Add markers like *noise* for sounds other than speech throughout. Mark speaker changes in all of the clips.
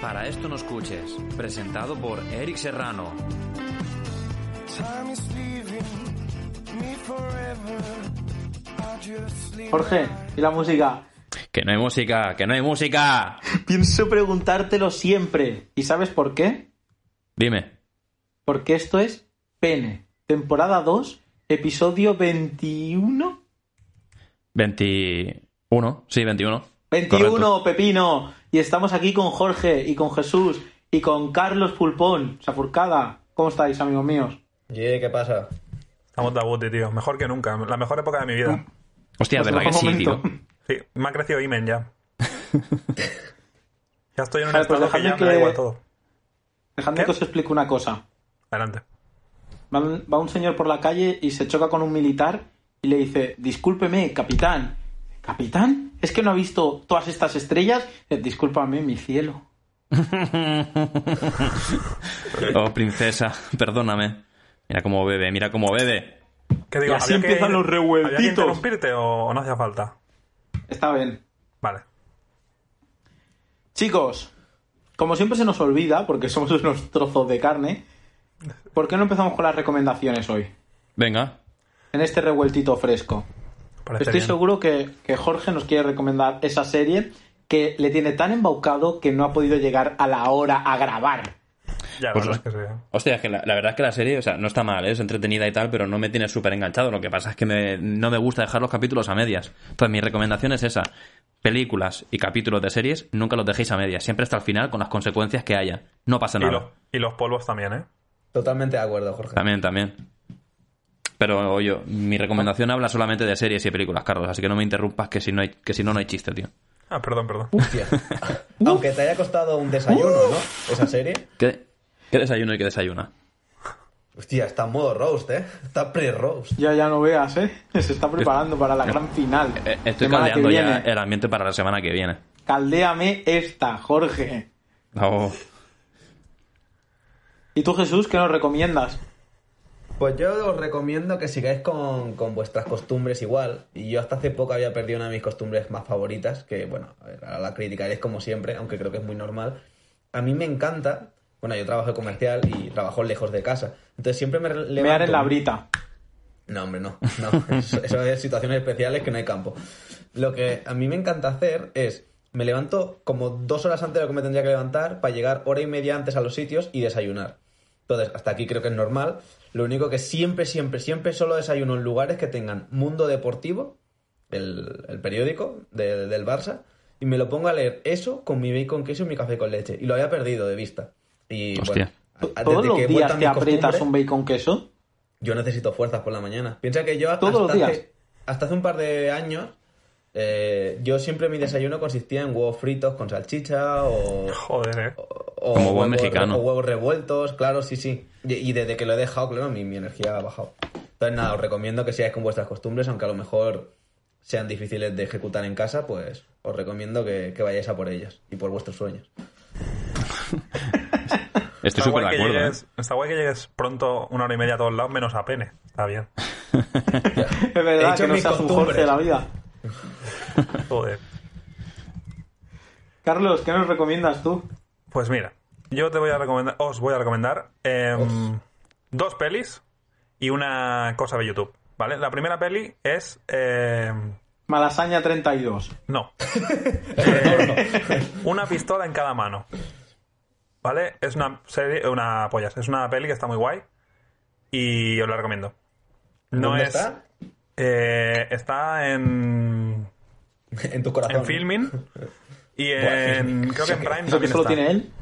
Speaker 1: Para esto no escuches, presentado por Eric Serrano.
Speaker 2: Jorge, ¿y la música?
Speaker 1: Que no hay música, que no hay música.
Speaker 2: Pienso preguntártelo siempre. ¿Y sabes por qué?
Speaker 1: Dime.
Speaker 2: Porque esto es Pene, temporada 2, episodio 21.
Speaker 1: 21, sí, 21.
Speaker 2: 21,
Speaker 1: Correcto.
Speaker 2: Pepino. Y estamos aquí con Jorge y con Jesús y con Carlos Pulpón, Safurcada. ¿Cómo estáis, amigos míos?
Speaker 3: Yeah, ¿qué pasa?
Speaker 4: Estamos de Woody, tío. Mejor que nunca. La mejor época de mi vida.
Speaker 1: Hostia,
Speaker 2: Pues
Speaker 1: ¿verdad que
Speaker 2: mejor
Speaker 1: sí, tío?
Speaker 2: momento.
Speaker 4: Sí, me ha crecido
Speaker 2: *laughs*
Speaker 4: Imen ya. ya estoy en un
Speaker 2: Vale, pues
Speaker 4: estado que ya
Speaker 2: dejadme
Speaker 4: me da
Speaker 2: que-
Speaker 4: igual todo.
Speaker 2: Dejadme
Speaker 4: ¿Qué?
Speaker 2: que os explique una cosa.
Speaker 4: Adelante.
Speaker 2: Va un, va un señor por la calle y se choca con un militar y le dice, discúlpeme, capitán. ¿Capitán? ¿Es que no ha visto todas estas estrellas? Eh, Discúlpame, mi cielo.
Speaker 1: Oh, princesa, *laughs* perdóname. Mira cómo bebe, mira cómo bebe.
Speaker 4: ¿Qué digo?
Speaker 2: Y así
Speaker 4: ¿Había que-
Speaker 2: empiezan los
Speaker 4: ¿Había
Speaker 2: revueltitos.
Speaker 4: que interrumpirte o, o no hacía falta?
Speaker 2: Está bien.
Speaker 4: Vale.
Speaker 2: Chicos, como siempre se nos olvida, porque somos *laughs* unos trozos de carne, ¿por qué no empezamos con las recomendaciones hoy?
Speaker 1: Venga.
Speaker 2: En este revueltito fresco. Estoy
Speaker 4: Parece este bien.
Speaker 2: seguro que, que Jorge nos quiere recomendar esa serie que le tiene tan embaucado que no ha podido llegar a la hora a grabar.
Speaker 4: Ya, la
Speaker 1: Pues-
Speaker 4: verdad es que sí. ¿eh?
Speaker 1: Hostia, es que la, la verdad es que la serie, o sea, no está mal, ¿eh? es entretenida y tal, pero no me tiene súper enganchado. Lo que pasa es que me- no me gusta dejar los capítulos a medias. Entonces, mi recomendación es esa. Películas y capítulos de series nunca los dejéis a medias. Siempre hasta el final con las consecuencias que haya. No pasa
Speaker 4: Y,
Speaker 1: nada.
Speaker 4: los, y los polvos también, ¿eh?
Speaker 3: Totalmente de acuerdo, Jorge.
Speaker 1: También, también. Pero oye, mi recomendación habla solamente de series y películas, Carlos, así que no me interrumpas que si no hay, que si no, no hay chiste, tío.
Speaker 4: Ah, perdón, perdón.
Speaker 3: Hostia. Aunque te haya costado un desayuno, ¿no? Esa serie.
Speaker 1: ¿Qué, qué desayuno y qué desayuna?
Speaker 3: Hostia, está en modo roast, ¿eh? Está pre-roast.
Speaker 2: Ya, ya no veas, ¿eh? *laughs* Se está preparando para la gran final.
Speaker 1: Eh, Estoy
Speaker 2: Semana que
Speaker 1: caldeando ya eh.
Speaker 2: viene.
Speaker 1: el ambiente para la semana que viene.
Speaker 2: Caldéame esta, Jorge.
Speaker 1: Oh,
Speaker 2: ¿Y tú, Jesús, qué nos recomiendas?
Speaker 3: Pues yo os recomiendo que sigáis con, con vuestras costumbres igual. Y yo hasta hace poco había perdido una de mis costumbres más favoritas, que bueno, a ver, ahora la criticaréis como siempre, aunque creo que es muy normal. A mí me encanta, bueno, yo trabajo de comercial y trabajo lejos de casa. Entonces siempre me re-
Speaker 2: Mear
Speaker 3: levanto...
Speaker 2: en la brita.
Speaker 3: No, hombre, no. no. *laughs* Eso, eso es situaciones especiales que no hay campo. Lo que a mí me encanta hacer es. Me levanto como dos horas antes de lo que me tendría que levantar para llegar hora y media antes a los sitios y desayunar. Entonces, hasta aquí creo que es normal. Lo único que siempre, siempre, siempre solo desayuno en lugares que tengan Mundo Deportivo, el, el periódico de- del Barça, y me lo pongo a leer eso con mi bacon queso y mi café con leche. Y lo había perdido de vista. Y
Speaker 1: Hostia.
Speaker 3: bueno, a-
Speaker 2: ¿Todos
Speaker 3: Ah, desde
Speaker 2: los
Speaker 3: que he vuelto
Speaker 2: días
Speaker 3: a
Speaker 2: te
Speaker 3: mis
Speaker 2: aprietas
Speaker 3: costumbres-
Speaker 2: un bacon queso? *laughs*
Speaker 3: yo necesito fuerzas por la mañana. Piensa que yo
Speaker 2: Todos los
Speaker 3: hasta,
Speaker 2: días.
Speaker 3: Hace, hasta hace un par de años, eh, yo siempre mi desayuno consistía en huevos fritos con salchicha o,
Speaker 4: Joder, ¿eh?
Speaker 3: o
Speaker 1: Como buen
Speaker 3: huevos,
Speaker 1: mexicano.
Speaker 3: o huevos revueltos, claro, sí, sí. Y, y desde que lo he dejado, claro, mi, mi energía ha bajado. Entonces, nada, os recomiendo que seáis con vuestras costumbres, aunque a lo mejor sean difíciles de ejecutar en casa, pues os recomiendo que, que vayáis a por ellas y por vuestros sueños.
Speaker 1: estoy súper de
Speaker 4: que
Speaker 1: acuerdo. ¿eh?
Speaker 4: llegues, está guay que llegues pronto una hora y media a todos lados, menos a pene. Está bien.
Speaker 2: Es verdad
Speaker 3: hecho
Speaker 2: que no
Speaker 3: mis
Speaker 2: seas un
Speaker 3: costumbres.
Speaker 2: Jorge de la vida.
Speaker 4: Joder.
Speaker 2: Carlos, ¿qué nos recomiendas tú?
Speaker 4: Pues mira, yo te voy a recomendar, os voy a recomendar em, dos pelis y una cosa de YouTube, ¿vale? La primera peli es... em,
Speaker 2: Malasaña 32.
Speaker 4: no. Eh, una pistola en cada mano. ¿Vale? Es una serie, una pollas, es una peli que está muy guay y os la recomiendo. No
Speaker 3: ¿Dónde
Speaker 4: es...
Speaker 3: está? *laughs*
Speaker 4: eh, está en...
Speaker 3: En tu corazón.
Speaker 4: En filming. Y en... Creo que en Prime
Speaker 2: ¿Eso que
Speaker 4: también
Speaker 2: solo
Speaker 4: está.
Speaker 2: tiene él?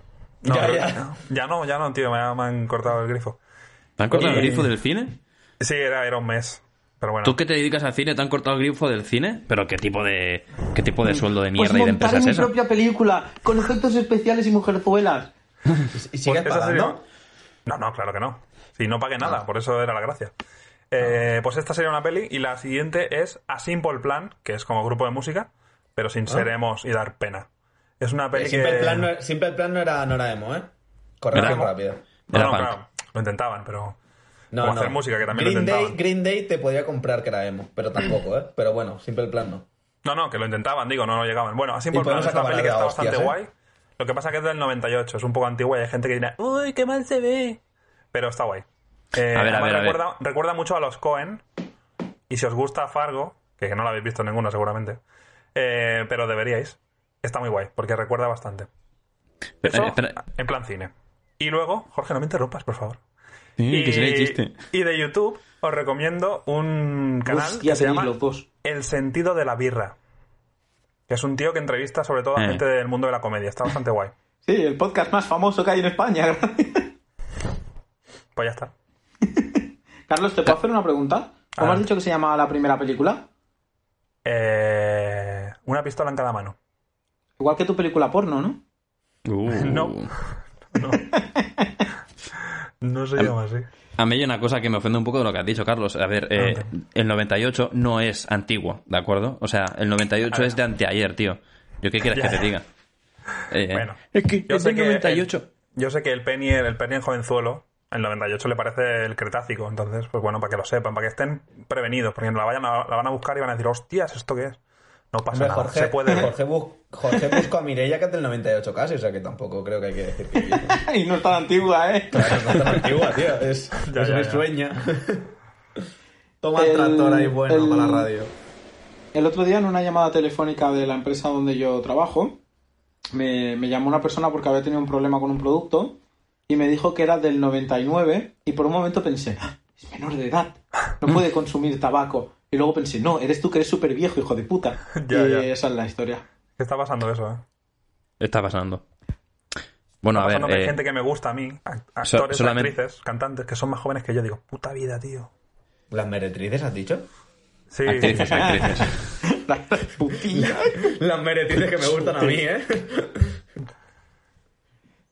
Speaker 4: No,
Speaker 3: Ya,
Speaker 4: creo
Speaker 3: ya.
Speaker 4: que no. Ya no, ya no, tío, me, ha- me han cortado el grifo.
Speaker 1: ¿Te han cortado el
Speaker 4: Y-
Speaker 1: grifo del cine?
Speaker 4: Sí, era, era un mes. Pero bueno.
Speaker 1: ¿Tú que te dedicas al cine te han cortado el grifo del cine? ¿Pero qué tipo de, qué tipo de sueldo de mierda
Speaker 2: pues
Speaker 1: y de
Speaker 2: montaré
Speaker 1: empresa es
Speaker 2: mi
Speaker 1: esa?
Speaker 2: propia película con efectos especiales y mujerzuelas.
Speaker 3: Y- ¿Y
Speaker 4: Pues
Speaker 3: sigues
Speaker 4: esa sería-
Speaker 3: pagando?
Speaker 4: No, no, claro que no. Si no pagué nada, por eso era la gracia. Eh, pues esta sería una peli y la siguiente es A Simple Plan, que es como grupo de música, pero sin seremos y dar pena. Es una peli
Speaker 3: Simple,
Speaker 4: que...
Speaker 3: el plan no, era- Simple el plan no era, no era emo, ¿eh? Corrección
Speaker 1: Era-
Speaker 3: rápida.
Speaker 4: No,
Speaker 1: Era
Speaker 4: no,
Speaker 1: punk.
Speaker 4: claro, lo intentaban, pero...
Speaker 3: No,
Speaker 4: Como
Speaker 3: no.
Speaker 4: hacer música, que también lo
Speaker 3: Green Day,
Speaker 4: intentaban.
Speaker 3: Green Day te podía comprar que era emo, pero tampoco, ¿eh? Pero bueno, Simple el plan no.
Speaker 4: No, no, que lo intentaban, digo, no, no llegaban. Bueno, así
Speaker 3: Y
Speaker 4: por
Speaker 3: podemos
Speaker 4: es una
Speaker 3: acabar
Speaker 4: peli que
Speaker 3: a
Speaker 4: está
Speaker 3: hostias,
Speaker 4: bastante
Speaker 3: ¿eh?
Speaker 4: guay. Lo que pasa que es del 98, es un poco antigua y hay gente que dirá, uy, qué mal se ve. Pero está guay. Eh,
Speaker 1: A ver, a
Speaker 4: además
Speaker 1: ver, a ver.
Speaker 4: recuerda, recuerda mucho a los Cohen. Y si os gusta Fargo, que no la habéis visto ninguna seguramente, eh, pero deberíais. Está muy guay, porque recuerda bastante.
Speaker 1: Pero,
Speaker 4: Eso,
Speaker 1: eh, espera.
Speaker 4: en plan cine. Y luego, Jorge, no me interrumpas, por favor.
Speaker 1: Sí, que se
Speaker 4: Eh,
Speaker 1: le chiste.
Speaker 4: y de YouTube os recomiendo un canal
Speaker 2: Hostia,
Speaker 4: que se
Speaker 2: tenéis
Speaker 4: llama
Speaker 2: los dos.
Speaker 4: El sentido de la birra. Que es un tío que entrevista sobre todo a
Speaker 1: Eh.
Speaker 4: gente del mundo de la comedia. Está bastante guay.
Speaker 2: Sí, el podcast más famoso que hay en España. *laughs*
Speaker 4: Pues ya está.
Speaker 2: Carlos, ¿te puedo hacer una pregunta? ¿Cómo has
Speaker 4: Adelante.
Speaker 2: dicho que se llamaba la primera película?
Speaker 4: Eh, una pistola en cada mano.
Speaker 2: Igual que tu película porno, ¿no?
Speaker 1: Uh.
Speaker 4: *laughs* No. No, No se llama así.
Speaker 1: A mí hay una cosa que me ofende un poco de lo que has dicho, Carlos. A ver, eh, el 98 no es antiguo, ¿de acuerdo? O sea, el 98 es de anteayer, tío. ¿Yo qué quieres
Speaker 4: Ya,
Speaker 1: que te
Speaker 4: ya.
Speaker 1: diga? Eh,
Speaker 4: Bueno,
Speaker 1: es que
Speaker 4: yo
Speaker 1: es
Speaker 4: sé
Speaker 1: del
Speaker 4: que
Speaker 1: 98.
Speaker 4: El, yo sé que el Penny, el, Penny en jovenzuelo, el 98 le parece el Cretácico. Entonces, pues bueno, para que lo sepan, para que estén prevenidos, porque la, vayan a- la van a buscar y van a decir, hostias, ¿esto qué es? No pasa
Speaker 3: Hombre,
Speaker 4: nada,
Speaker 3: Jorge,
Speaker 4: se puede ver.
Speaker 3: Jorge, bus- Jorge buscó a Mireia que es del 98 casi, o sea que tampoco creo que hay que decir
Speaker 2: *laughs*
Speaker 3: que
Speaker 2: y no es tan antigua, ¿eh?
Speaker 3: Claro, no es tan antigua, tío. Es,
Speaker 4: Ya,
Speaker 3: es
Speaker 4: ya,
Speaker 3: mi
Speaker 4: ya.
Speaker 3: sueña. Toma el,
Speaker 2: El-
Speaker 3: tractor ahí bueno
Speaker 2: el-
Speaker 3: para la radio.
Speaker 2: El otro día en una llamada telefónica de la empresa donde yo trabajo, me, me llamó una persona porque había tenido un problema con un producto y me dijo que era del 99 y por un momento pensé, "Ah, es menor de edad, no *laughs* puede consumir tabaco. Y luego pensé, no, eres tú que eres súper viejo, hijo de *laughs* puta.
Speaker 4: Ya,
Speaker 2: y
Speaker 4: ya.
Speaker 2: esa es la historia. *laughs*
Speaker 4: ¿Qué está pasando eso? eh?
Speaker 1: Está pasando. Bueno,
Speaker 4: Está
Speaker 1: a ver.
Speaker 4: pasando que hay
Speaker 1: eh,
Speaker 4: gente que me gusta a mí, act-
Speaker 1: so-
Speaker 4: actores,
Speaker 1: solamente-
Speaker 4: actrices, cantantes, que son más jóvenes que yo. Digo, puta vida, tío.
Speaker 3: ¿Las meretrices has dicho?
Speaker 4: *laughs* Sí,
Speaker 1: actrices,
Speaker 4: *laughs*
Speaker 1: actrices.
Speaker 2: Putilla.
Speaker 3: Las meretrices que me gustan a mí, ¿eh?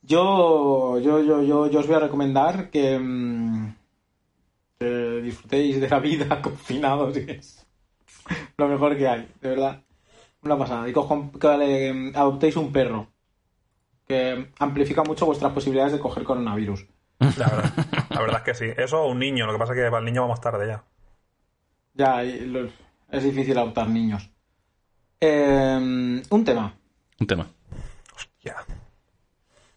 Speaker 2: Yo, yo, yo, yo, yo os voy a recomendar que, mm, que disfrutéis de la vida *laughs* confinados, que es lo mejor que hay, de verdad. Una pasada. Y cojo- que eh, adoptéis un perro, que amplifica mucho vuestras posibilidades de coger coronavirus.
Speaker 4: la verdad, la verdad es que sí. Eso o un niño, lo que pasa es que para el niño vamos tarde ya.
Speaker 2: Ya, y los- es difícil adoptar niños. Eh, un tema.
Speaker 1: Un tema.
Speaker 4: Ya.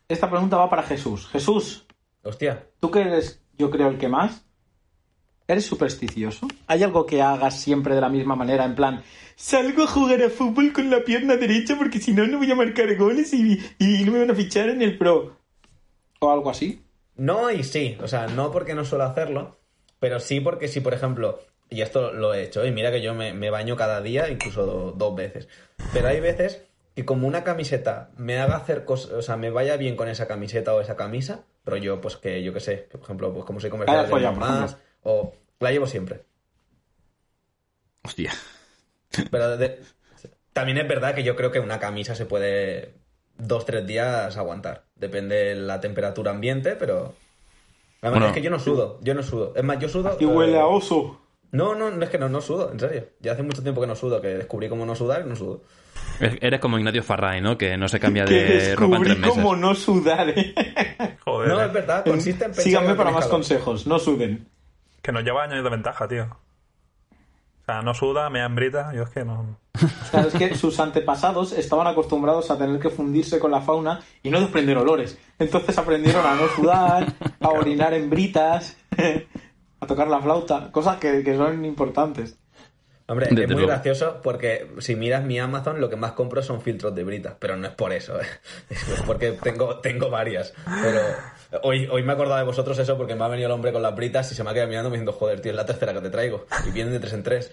Speaker 2: Esta pregunta va para Jesús. Jesús,
Speaker 3: Hostia.
Speaker 2: Tú que eres, yo creo, el que más. ¿Eres supersticioso? ¿Hay algo que hagas siempre de la misma manera? En plan, salgo a jugar a fútbol con la pierna derecha porque si no, no voy a marcar goles y, y no me van a fichar en el pro. O algo así.
Speaker 3: No y sí, o sea, no porque no suelo hacerlo, pero sí porque si, por ejemplo, y esto lo he hecho, y mira que yo me, me baño cada día, incluso do- dos veces, pero hay veces que como una camiseta me haga hacer cosas, o sea, me vaya bien con esa camiseta o esa camisa, rollo, pues que yo qué sé, que, por ejemplo, pues como soy comercial,
Speaker 2: Ah,
Speaker 3: de
Speaker 2: joya, por
Speaker 3: mamás, o la llevo siempre.
Speaker 1: Hostia.
Speaker 3: Pero de- también es verdad que yo creo que una camisa se puede dos, tres días aguantar. Depende la temperatura ambiente, pero... Además
Speaker 1: Bueno.
Speaker 3: es que yo no sudo, yo no sudo. Es más, yo sudo...
Speaker 2: Y huele
Speaker 3: eh,
Speaker 2: a oso.
Speaker 3: No, no, no es que no, no sudo, en serio. Ya hace mucho tiempo que no sudo, que descubrí cómo no sudar y no sudo.
Speaker 1: E- Eres como Ignacio Farray, ¿no? Que no se cambia
Speaker 2: *laughs* que
Speaker 1: de ropa en tres
Speaker 2: descubrí
Speaker 1: meses.
Speaker 2: cómo no sudar. ¿eh?
Speaker 4: Joder.
Speaker 3: No,
Speaker 4: eh.
Speaker 3: es verdad, consiste en pensar
Speaker 2: Síganme
Speaker 3: que
Speaker 2: para
Speaker 3: tenéis
Speaker 2: más
Speaker 3: calor.
Speaker 2: consejos. No suden.
Speaker 4: Que nos lleva años de ventaja, tío. O sea, no suda, me hambrita, yo es que no.
Speaker 2: Claro, es que sus antepasados estaban acostumbrados a tener que fundirse con la fauna y no desprender olores. Entonces aprendieron a no sudar, a orinar en britas, *laughs* a tocar la flauta, cosas que, que son importantes.
Speaker 3: Hombre,
Speaker 1: Desde
Speaker 3: es muy
Speaker 1: luego.
Speaker 3: gracioso porque si miras mi Amazon, lo que más compro son filtros de brita, pero no es por eso, ¿eh? *laughs* es porque tengo, tengo varias. Pero hoy, hoy me he acordado de vosotros eso porque me ha venido el hombre con las britas y se me ha quedado mirando me diciendo, joder, tío, es la tercera que te traigo. Y vienen de tres en tres.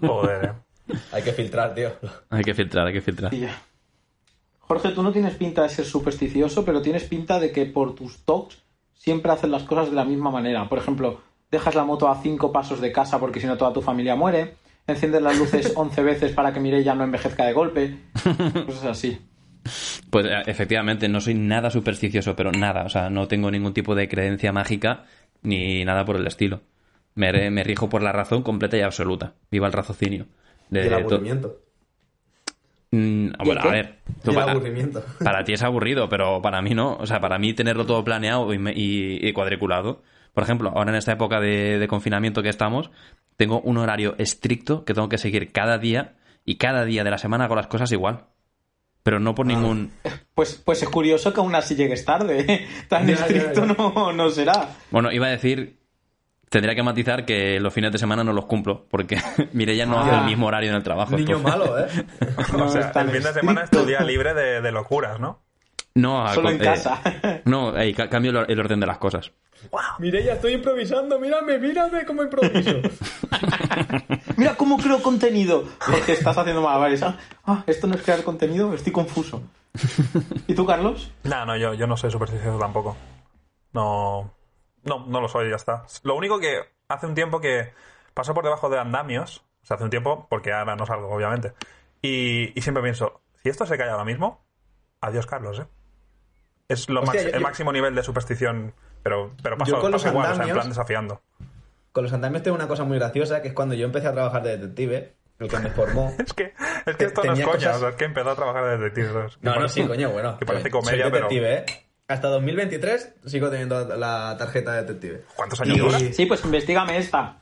Speaker 4: Joder, eh.
Speaker 3: Hay que filtrar, tío.
Speaker 1: Hay que filtrar, hay que filtrar.
Speaker 2: Y ya. Jorge, tú no tienes pinta de ser supersticioso, pero tienes pinta de que por tus tocs siempre haces las cosas de la misma manera. Por ejemplo, dejas la moto a cinco pasos de casa porque si no toda tu familia muere, enciendes las luces 11 veces para que Mireia no envejezca de golpe, cosas así.
Speaker 1: Pues eh, efectivamente, no soy nada supersticioso, pero nada. O sea, no tengo ningún tipo de creencia mágica ni nada por el estilo. Me, re- me rijo por la razón completa y absoluta. Viva el raciocinio. De,
Speaker 3: Y el
Speaker 1: de to-
Speaker 3: aburrimiento.
Speaker 1: Mm, bueno,
Speaker 2: qué?
Speaker 1: a ver.
Speaker 3: Y
Speaker 1: tú
Speaker 3: el
Speaker 1: para,
Speaker 3: aburrimiento.
Speaker 1: para ti es aburrido, pero para mí no. O sea, para mí tenerlo todo planeado y, me- y- y cuadriculado. Por ejemplo, ahora en esta época de, de confinamiento que estamos, tengo un horario estricto que tengo que seguir cada día y cada día de la semana hago las cosas igual. pero no
Speaker 3: Ah.
Speaker 1: por ningún...
Speaker 2: Pues, pues es curioso que aún así llegues tarde. ¿eh? Tan
Speaker 3: Ya, ya,
Speaker 2: estricto
Speaker 3: ya.
Speaker 2: No, no será.
Speaker 1: Bueno, iba a decir, tendría que matizar que los fines de semana no los cumplo, porque *laughs* Mireia no
Speaker 2: Ah.
Speaker 1: hace el mismo horario en el trabajo.
Speaker 3: Niño
Speaker 1: entonces-
Speaker 3: malo, *laughs*
Speaker 2: *laughs*
Speaker 3: ¿eh?
Speaker 2: No
Speaker 4: o sea,
Speaker 2: es tan
Speaker 4: el fin de semana es tu día libre de, de locuras, ¿no?
Speaker 1: No, al
Speaker 2: Solo en
Speaker 1: con- eh,
Speaker 2: casa. *laughs*
Speaker 1: No, eh, ca- cambio el or- el orden de las cosas.
Speaker 3: Mireya, estoy improvisando, mírame, mírame cómo improviso.
Speaker 2: Mira cómo creo contenido. Porque estás haciendo malabares. Ah, ah, esto no es crear contenido, estoy confuso. ¿Y tú, Carlos?
Speaker 4: No, no, yo, yo no soy supersticioso tampoco. No, no, no lo soy, ya está. Lo único que hace un tiempo que paso por debajo de andamios, o sea, hace un tiempo, porque ahora no salgo, obviamente, y, y siempre pienso, si esto se cae ahora mismo, adiós Carlos, ¿eh? Es lo
Speaker 3: Hostia,
Speaker 4: max-
Speaker 3: yo-
Speaker 4: el
Speaker 3: yo-
Speaker 4: máximo nivel de superstición, pero, pero paso,
Speaker 3: Yo con los
Speaker 4: paso igual, o sea, en
Speaker 3: andamios-
Speaker 4: plan desafiando. *laughs*
Speaker 3: Con los andamios tengo una cosa muy graciosa, que es cuando yo empecé a trabajar de detective, el que me formó...
Speaker 4: Es que, es
Speaker 3: Te-
Speaker 4: que esto no es
Speaker 3: tenía
Speaker 4: coña,
Speaker 3: cosas-
Speaker 4: o sea, es que he empezado a trabajar de detective. ¿sabes?
Speaker 3: No,
Speaker 4: Que
Speaker 3: no,
Speaker 4: parece-
Speaker 3: sí, coño, bueno.
Speaker 4: que
Speaker 3: soy-
Speaker 4: parece comedia,
Speaker 3: soy
Speaker 4: pero-
Speaker 3: detective, ¿eh? Hasta 2023 sigo teniendo la tarjeta de detective.
Speaker 4: ¿Cuántos años dura?
Speaker 2: Sí, pues investigame esta.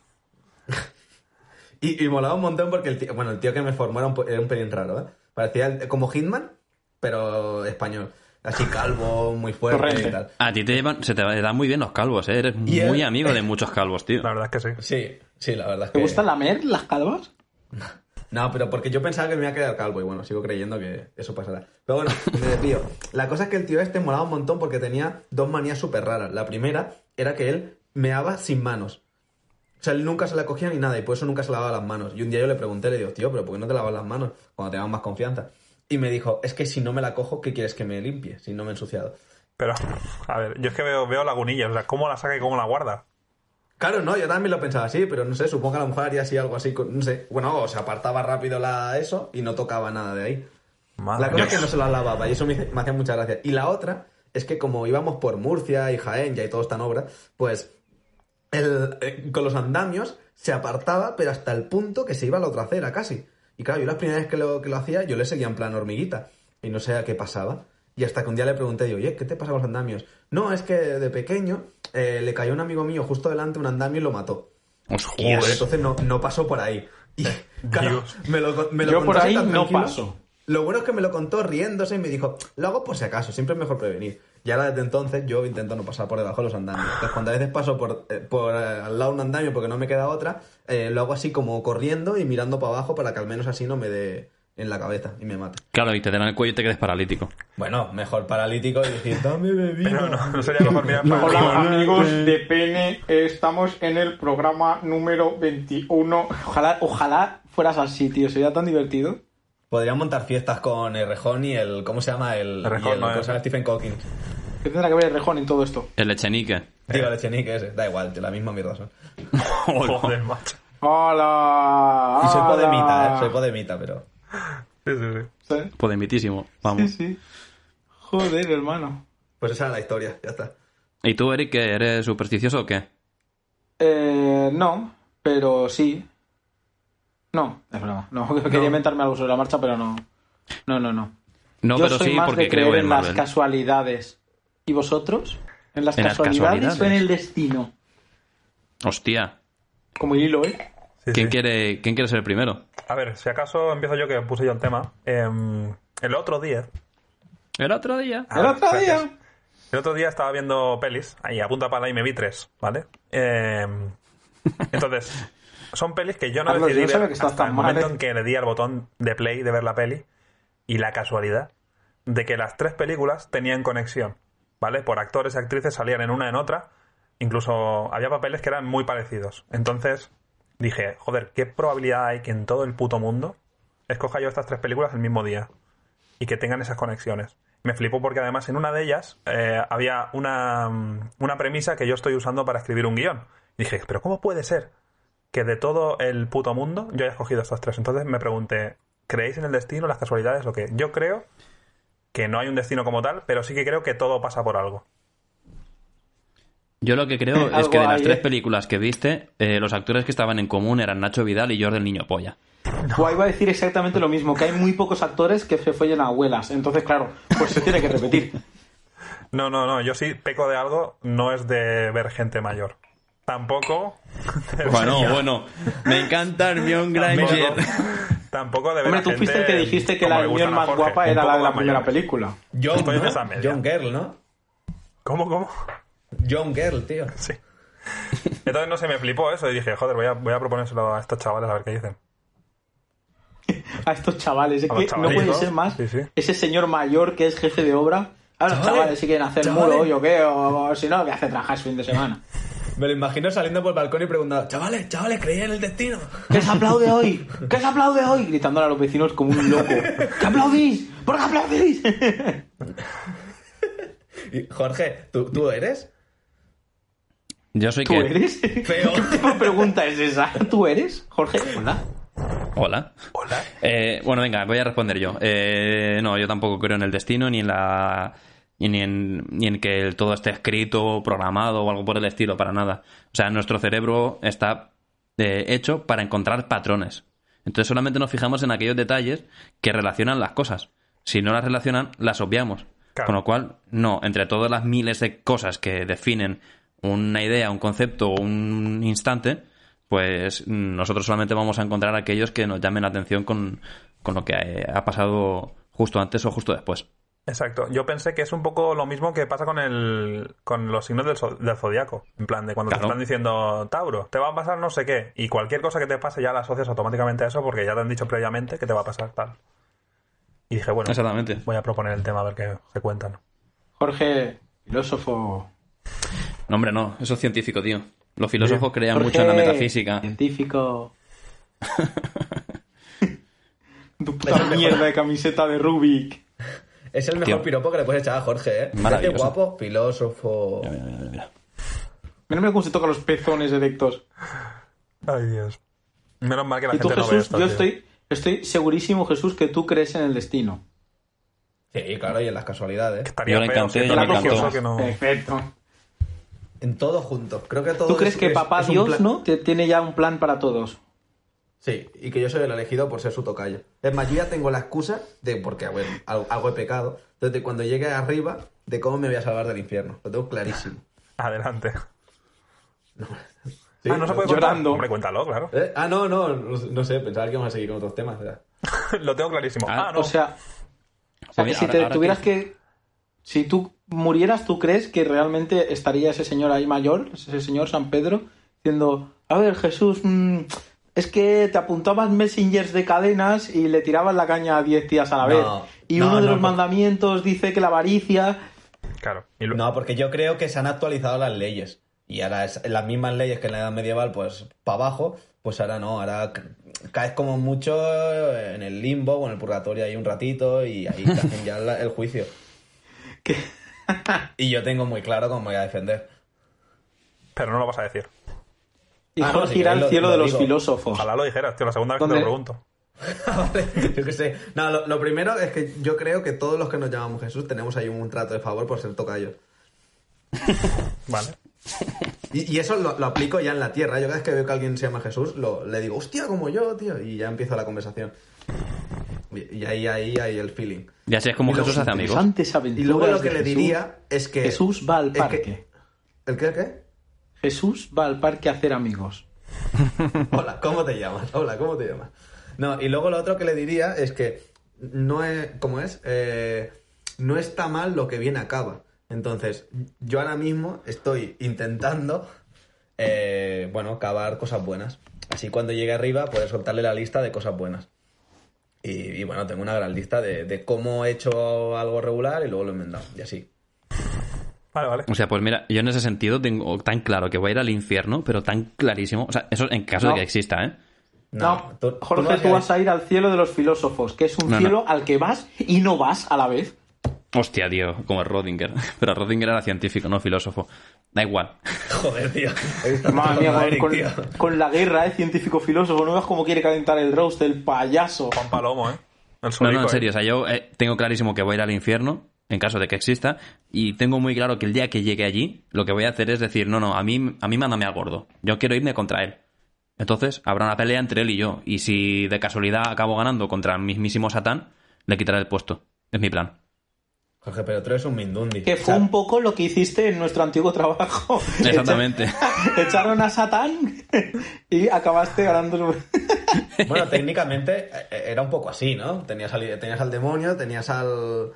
Speaker 3: Y, y molaba un montón porque el tío, bueno, el tío que me formó era un, po- era un pelín raro, ¿eh? Parecía el- como Hitman, pero español. Así calvo, muy fuerte
Speaker 2: Torrente.
Speaker 3: y tal.
Speaker 1: A ti te llevan, se te dan muy bien los calvos, ¿eh? eres
Speaker 3: Y
Speaker 1: muy
Speaker 3: el-
Speaker 1: amigo de muchos calvos, tío.
Speaker 4: La verdad es que sí.
Speaker 3: Sí, sí, la verdad es que...
Speaker 2: ¿Te gusta lamer las calvas?
Speaker 3: No, pero porque yo pensaba que me iba a quedar calvo y bueno, sigo creyendo que eso pasará. Pero bueno, me desvío. La cosa es que el tío este molaba un montón porque tenía dos manías súper raras. La primera era que él meaba sin manos. O sea, él nunca se la cogía ni nada y por eso nunca se lavaba las manos. Y un día yo le pregunté, le digo, tío, pero ¿por qué no te lavas las manos cuando tengamos más confianza? Y me dijo, es que si no me la cojo, ¿qué quieres que me limpie? Si no me he ensuciado.
Speaker 4: Pero, *laughs* a ver, yo es que veo, veo lagunillas, o sea, cómo la saca y cómo la guarda.
Speaker 3: Claro, no, yo también lo pensaba así, pero no sé, supongo que a lo mejor haría así algo así, con- no sé. Bueno, o se apartaba rápido la eso y no tocaba nada de ahí.
Speaker 4: Madre
Speaker 3: La cosa es
Speaker 4: mía.
Speaker 3: que no se la lavaba y eso me, me hacía mucha gracia. Y la otra es que como íbamos por Murcia y Jaén, ya y todo está en obra, pues el- eh, con los andamios se apartaba, pero hasta el punto que se iba a la otra acera casi. Y claro, yo las primeras veces que lo, que lo hacía, yo le seguía en plan hormiguita y no sé a qué pasaba. Y hasta que un día le pregunté, yo, oye, ¿qué te pasa con los andamios? No, es que de pequeño eh, le cayó un amigo mío justo delante un andamio y lo mató.
Speaker 1: Hostias.
Speaker 3: Joder, entonces no, no pasó por ahí. Y, *laughs* claro,
Speaker 4: Dios.
Speaker 3: me lo, me lo
Speaker 2: Yo
Speaker 3: contó
Speaker 2: por
Speaker 3: así
Speaker 2: ahí
Speaker 3: tan
Speaker 2: no
Speaker 3: tranquilo.
Speaker 2: paso.
Speaker 3: Lo bueno es que me lo contó riéndose y me dijo, lo hago por si acaso, siempre es mejor prevenir. Y ahora desde entonces yo intento no pasar por debajo de los andamios. Entonces cuando a veces paso por, eh, por eh, al lado de un andamio porque no me queda otra, eh, lo hago así como corriendo y mirando para abajo para que al menos así no me dé en la cabeza y me mate.
Speaker 1: Claro, y te dan el cuello y te quedes paralítico.
Speaker 3: Bueno, mejor paralítico y decir, dame bebida.
Speaker 4: Pero no, no sería mejor mirar para
Speaker 2: Hola
Speaker 4: arriba.
Speaker 2: amigos de Pene, estamos en el programa número 21. Ojalá, ojalá fueras así, tío, sería tan divertido.
Speaker 3: Podrían montar fiestas con el Rejón y el, ¿cómo se llama? El,
Speaker 4: Errejón,
Speaker 3: y el-
Speaker 4: no,
Speaker 3: ¿cómo se llama?
Speaker 4: eh.
Speaker 3: Stephen Hawking.
Speaker 2: ¿Qué tendrá que ver el rejón en todo esto?
Speaker 1: El echenique.
Speaker 3: Digo, el Echenique ese. Da igual, de la misma mierda son.
Speaker 4: Joder, macho.
Speaker 2: ¡Hola!
Speaker 3: Y soy
Speaker 2: ¡Hala!
Speaker 3: podemita, ¿eh? Soy podemita, pero...
Speaker 4: Sí, sí, sí.
Speaker 2: ¿Sabes?
Speaker 1: Podemitísimo.
Speaker 2: Sí,
Speaker 1: Pues Vamos.
Speaker 2: sí. Joder, hermano.
Speaker 3: Pues esa era la historia, ya está.
Speaker 1: ¿Y tú, Eric, que eres supersticioso o qué?
Speaker 2: Eh, no, pero sí. No, es broma. No, *laughs* quería inventarme algo sobre la marcha, pero no. No, no, no.
Speaker 1: No,
Speaker 2: Yo
Speaker 1: pero
Speaker 2: soy
Speaker 1: sí,
Speaker 2: más
Speaker 1: porque
Speaker 2: de
Speaker 1: creo
Speaker 2: creer
Speaker 1: en
Speaker 2: en las
Speaker 1: Marvel.
Speaker 2: casualidades. ¿Y vosotros? ¿En las,
Speaker 1: En las
Speaker 2: casualidades, o en
Speaker 1: casualidades.
Speaker 2: el destino?
Speaker 1: Hostia.
Speaker 2: Como el hilo, ¿eh?
Speaker 4: Sí,
Speaker 1: ¿Quién,
Speaker 4: sí.
Speaker 1: Quiere, ¿Quién quiere ser el primero?
Speaker 4: A ver, si acaso empiezo yo que puse yo el tema. Em, el otro día.
Speaker 1: El otro día.
Speaker 4: Ah,
Speaker 2: el otro día.
Speaker 4: gracias. El otro día estaba viendo pelis, ahí a punta pala y me vi tres, ¿vale?
Speaker 2: *laughs*
Speaker 4: Em, entonces, son pelis que yo no
Speaker 2: Carlos, yo
Speaker 4: decidí
Speaker 2: no sabía
Speaker 4: ver
Speaker 2: que estabas
Speaker 4: hasta
Speaker 2: tan
Speaker 4: el
Speaker 2: mal,
Speaker 4: momento
Speaker 2: ¿eh?
Speaker 4: en que le di al botón de play de ver la peli y la casualidad de que las tres películas tenían conexión, ¿vale? Por actores y actrices salían en una en otra, incluso había papeles que eran muy parecidos. Entonces dije, joder, ¿qué probabilidad hay que en todo el puto mundo escoja yo estas tres películas el mismo día? y que tengan esas conexiones. Me flipó porque además en una de ellas eh, había una, mm, una premisa que yo estoy usando para escribir un guión. Y dije, pero ¿cómo puede ser que de todo el puto mundo yo haya escogido estas tres? Entonces me pregunté, ¿creéis en el destino, las casualidades o qué? Yo creo que no hay un destino como tal, pero sí que creo que todo pasa por algo.
Speaker 1: Yo lo que creo
Speaker 2: *laughs*
Speaker 1: es
Speaker 2: Algo
Speaker 1: que de las
Speaker 2: hay,
Speaker 1: tres
Speaker 2: ¿eh?
Speaker 1: películas que viste, eh, los actores que estaban en común eran Nacho Vidal y Jordi el Niño
Speaker 2: *laughs*
Speaker 1: Polla.
Speaker 2: Guay va a decir exactamente lo mismo, que hay muy pocos actores que se follen a abuelas. Entonces, claro, pues se tiene que repetir.
Speaker 4: No, no, no, yo sí peco de algo, no es de ver gente mayor. Tampoco.
Speaker 1: Bueno, bueno. Me encanta Hermione
Speaker 4: Tampoco.
Speaker 1: Granger.
Speaker 4: Tampoco de ver
Speaker 2: Hombre,
Speaker 4: a
Speaker 2: tú
Speaker 4: gente
Speaker 2: fuiste el que dijiste que
Speaker 4: como
Speaker 2: la
Speaker 4: le gustan
Speaker 2: unión
Speaker 4: a
Speaker 2: más
Speaker 4: Jorge,
Speaker 2: guapa
Speaker 4: un
Speaker 2: era
Speaker 4: poco
Speaker 2: la de la
Speaker 4: más
Speaker 2: primera
Speaker 4: mayores.
Speaker 2: película.
Speaker 3: John,
Speaker 4: Después de
Speaker 3: ¿no?
Speaker 4: esa media.
Speaker 3: John Girl, ¿no?
Speaker 4: ¿Cómo, cómo?
Speaker 3: John Girl, tío.
Speaker 4: Sí. Entonces no sé, me flipó eso y dije, joder, voy a, voy a proponérselo a estos chavales a ver qué dicen.
Speaker 2: A estos chavales. Es
Speaker 4: A los
Speaker 2: que no puede
Speaker 4: chavalitos.
Speaker 2: ser más
Speaker 4: Sí, sí.
Speaker 2: ese señor mayor que es jefe de obra. A los
Speaker 3: Chavales,
Speaker 2: chavales si quieren hacer
Speaker 3: chavales.
Speaker 2: muro hoy o qué, o, o si no, que hace trabajar el fin de semana. *laughs*
Speaker 3: Me lo imagino saliendo por el balcón y preguntando, chavales, chavales, creía en el destino.
Speaker 2: ¿Qué se aplaude hoy? ¿Qué se aplaude hoy? Gritándole a los vecinos como un
Speaker 4: *laughs*
Speaker 2: loco. ¿Qué aplaudís? ¿Por qué aplaudís?
Speaker 3: Y, Jorge, ¿tú, ¿tú eres?
Speaker 1: Yo soy
Speaker 2: ¿Tú
Speaker 1: que.
Speaker 2: eres?
Speaker 3: Feo.
Speaker 2: *laughs* ¿Qué tipo de pregunta es esa? ¿Tú eres? Jorge, hola.
Speaker 1: Hola.
Speaker 4: Hola.
Speaker 1: Eh, bueno, venga, voy a responder yo. Eh, no, yo tampoco creo en el destino ni en la y ni en, ni en que el todo esté escrito, programado o algo por el estilo, para nada. O sea, nuestro cerebro está eh, hecho para encontrar patrones. Entonces solamente nos fijamos en aquellos detalles que relacionan las cosas. Si no las relacionan, las obviamos.
Speaker 4: Claro.
Speaker 1: Con lo cual, no, entre todas las miles de cosas que definen una idea, un concepto o un instante, pues mm, nosotros solamente vamos a encontrar aquellos que nos llamen la atención con, con lo que eh, ha pasado justo antes o justo después.
Speaker 4: Exacto. Yo pensé que es un poco lo mismo que pasa con el con los signos del, zo- del zodiaco. En plan, de cuando te
Speaker 1: Claro.
Speaker 4: están diciendo, Tauro, te va a pasar no sé qué. Y cualquier cosa que te pase ya la asocias automáticamente a eso porque ya te han dicho previamente que te va a pasar tal. Y dije, bueno,
Speaker 1: Exactamente.
Speaker 4: voy a proponer el tema a ver qué se cuentan.
Speaker 2: Jorge, filósofo.
Speaker 1: No, hombre, no, eso es científico, tío. Los filósofos creían
Speaker 2: Jorge,
Speaker 1: mucho en la metafísica. *laughs*
Speaker 2: Científico. tu puta mierda de camiseta de Rubik.
Speaker 3: Es el mejor
Speaker 1: Tío.
Speaker 3: piropo que le puedes echar a Jorge, ¿eh? Vete
Speaker 1: Maravilloso.
Speaker 3: guapo, filósofo.
Speaker 1: Mira, mira, mira, mira.
Speaker 2: Menos mal cómo se tocan los pezones erectos.
Speaker 4: Ay, Dios. Menos mal que la
Speaker 2: Y tú,
Speaker 4: gente no ve
Speaker 2: Jesús,
Speaker 4: esto.
Speaker 2: yo
Speaker 4: tío.
Speaker 2: estoy, estoy segurísimo, Jesús, que tú crees en el destino.
Speaker 3: Sí, claro, y en las casualidades.
Speaker 4: Estaría
Speaker 1: Yo le
Speaker 4: feo
Speaker 1: encanté,
Speaker 4: si
Speaker 1: yo
Speaker 4: esto
Speaker 1: le
Speaker 4: no
Speaker 1: encanté.
Speaker 4: fuese que no-
Speaker 2: Perfecto.
Speaker 3: En todo junto. Creo que todo
Speaker 2: ¿Tú
Speaker 3: es-
Speaker 2: crees que
Speaker 3: es-
Speaker 2: papá
Speaker 3: es un
Speaker 2: Dios,
Speaker 3: plan-
Speaker 2: no? Te- tiene ya un plan para todos.
Speaker 3: Sí, y que yo soy el elegido por ser su tocayo. Es más, yo ya tengo la excusa de, porque, a ver, algo, algo he pecado, desde cuando llegue arriba, de cómo me voy a salvar del infierno. Lo tengo clarísimo.
Speaker 4: *laughs* Adelante.
Speaker 3: Sí,
Speaker 4: ah, no se puede contar.
Speaker 2: llorando.
Speaker 4: Hombre, cuéntalo, claro.
Speaker 3: ¿Eh? Ah, no, no, no, no sé, pensaba que íbamos a seguir con otros temas. ¿verdad?
Speaker 4: *laughs* lo tengo clarísimo.
Speaker 1: Ah,
Speaker 4: Ah, no.
Speaker 2: O sea, o sea, que
Speaker 1: Oye,
Speaker 2: si
Speaker 1: ahora-
Speaker 2: te
Speaker 1: ahora
Speaker 2: tuvieras
Speaker 1: que-
Speaker 2: que... Si tú murieras, ¿tú crees que realmente estaría ese señor ahí mayor, ese señor San Pedro, diciendo, a ver, Jesús, mm, es que te apuntabas messengers de cadenas y le tirabas la caña a 10 tías a la
Speaker 3: No,
Speaker 2: vez. Y
Speaker 3: no,
Speaker 2: uno de
Speaker 3: no,
Speaker 2: los
Speaker 3: no.
Speaker 2: mandamientos dice que la avaricia...
Speaker 4: Claro. Y lo-
Speaker 3: No, porque yo creo que se han actualizado las leyes. Y ahora es- las mismas leyes que en la edad medieval, pues para abajo, pues ahora no, ahora ca- caes como mucho en el limbo o en el purgatorio ahí un ratito y ahí te hacen ya la- el juicio.
Speaker 2: ¿Qué?
Speaker 3: Y yo tengo muy claro cómo me voy a defender. *laughs*
Speaker 4: Pero no lo vas a decir.
Speaker 2: Y
Speaker 3: Ah, no,
Speaker 2: Jorge
Speaker 3: si
Speaker 2: irá
Speaker 3: queréis
Speaker 2: al
Speaker 3: lo-
Speaker 2: cielo
Speaker 3: lo
Speaker 2: de los
Speaker 3: digo.
Speaker 2: filósofos.
Speaker 1: Pues,
Speaker 4: Ojalá lo dijeras, tío. La segunda vez que te
Speaker 2: ¿Dónde?
Speaker 4: lo pregunto.
Speaker 3: Vale, yo qué sé. No, lo, lo primero es que yo creo que todos los que nos llamamos Jesús tenemos ahí un trato de favor por ser tocayos.
Speaker 4: Vale.
Speaker 3: Y, y eso lo, lo aplico ya en la tierra. Yo cada vez que veo que alguien se llama Jesús, lo- le digo, hostia, como yo, tío. Y ya empieza la conversación. Y, y ahí, ahí, ahí el feeling.
Speaker 1: Y así es como
Speaker 3: Y luego
Speaker 1: Jesús hace amigos.
Speaker 2: Interesantes
Speaker 3: Y
Speaker 2: aventuras
Speaker 3: luego lo que
Speaker 2: de
Speaker 3: le
Speaker 2: Jesús.
Speaker 3: diría es que.
Speaker 2: Jesús va al
Speaker 3: es que-
Speaker 2: parque.
Speaker 3: ¿El qué, el qué?
Speaker 2: Jesús va al parque a hacer amigos.
Speaker 3: Hola, ¿cómo te llamas? Hola, ¿cómo te llamas? No, y luego lo otro que le diría es que no es, ¿cómo es? Eh, no está mal lo que bien acaba. Entonces, yo ahora mismo estoy intentando, eh, bueno, cavar cosas buenas. Así cuando llegue arriba puedes soltarle la lista de cosas buenas. Y, y bueno, tengo una gran lista de, de cómo he hecho algo regular y luego lo he enmendado. Y así.
Speaker 4: Vale, vale.
Speaker 1: O sea, pues mira, yo en ese sentido tengo tan claro que voy a ir al infierno, pero tan clarísimo. O sea, eso en caso
Speaker 2: No.
Speaker 1: de que exista, ¿eh?
Speaker 2: No,
Speaker 3: tú- tú
Speaker 2: Jorge, tú,
Speaker 3: no
Speaker 2: vas a ir al cielo de los filósofos, que es un
Speaker 1: No, no.
Speaker 2: cielo al que vas y no vas a la
Speaker 3: *laughs*
Speaker 2: vez.
Speaker 1: Hostia, tío, como Rodinger. *laughs* Pero Rodinger era científico, no filósofo. Da igual.
Speaker 3: *laughs* Joder, tío. He visto
Speaker 2: Madre
Speaker 3: *laughs*
Speaker 2: mía,
Speaker 3: todo
Speaker 2: con,
Speaker 3: Eric,
Speaker 2: con-
Speaker 3: tío.
Speaker 2: con la guerra, ¿eh? Científico-filósofo, no veas cómo quiere calentar el roast el payaso.
Speaker 4: Juan Palomo, ¿eh? El
Speaker 1: No,
Speaker 4: solico,
Speaker 1: no, en
Speaker 4: ¿eh?
Speaker 1: serio. O sea, yo eh, tengo clarísimo que voy a ir al infierno, en caso de que exista, y tengo muy claro que el día que llegue allí, lo que voy a hacer es decir, no, no, a mí, a mí mándame al gordo. Yo quiero irme contra él. Entonces, habrá una pelea entre él y yo. Y si
Speaker 2: *laughs*
Speaker 1: de casualidad acabo ganando contra el mismísimo Satán, le quitaré el puesto. Es mi plan.
Speaker 3: Jorge, pero tú eres un mindundi.
Speaker 2: Que fue
Speaker 3: O sea,
Speaker 2: un poco lo que hiciste en nuestro antiguo trabajo.
Speaker 1: Exactamente. *laughs*
Speaker 2: *laughs* Echa- Echaron a Satán *laughs* y acabaste ganando su- *laughs*
Speaker 3: Bueno, técnicamente eh, eh, era un poco así, ¿no? Tenías al, tenías al demonio, tenías al.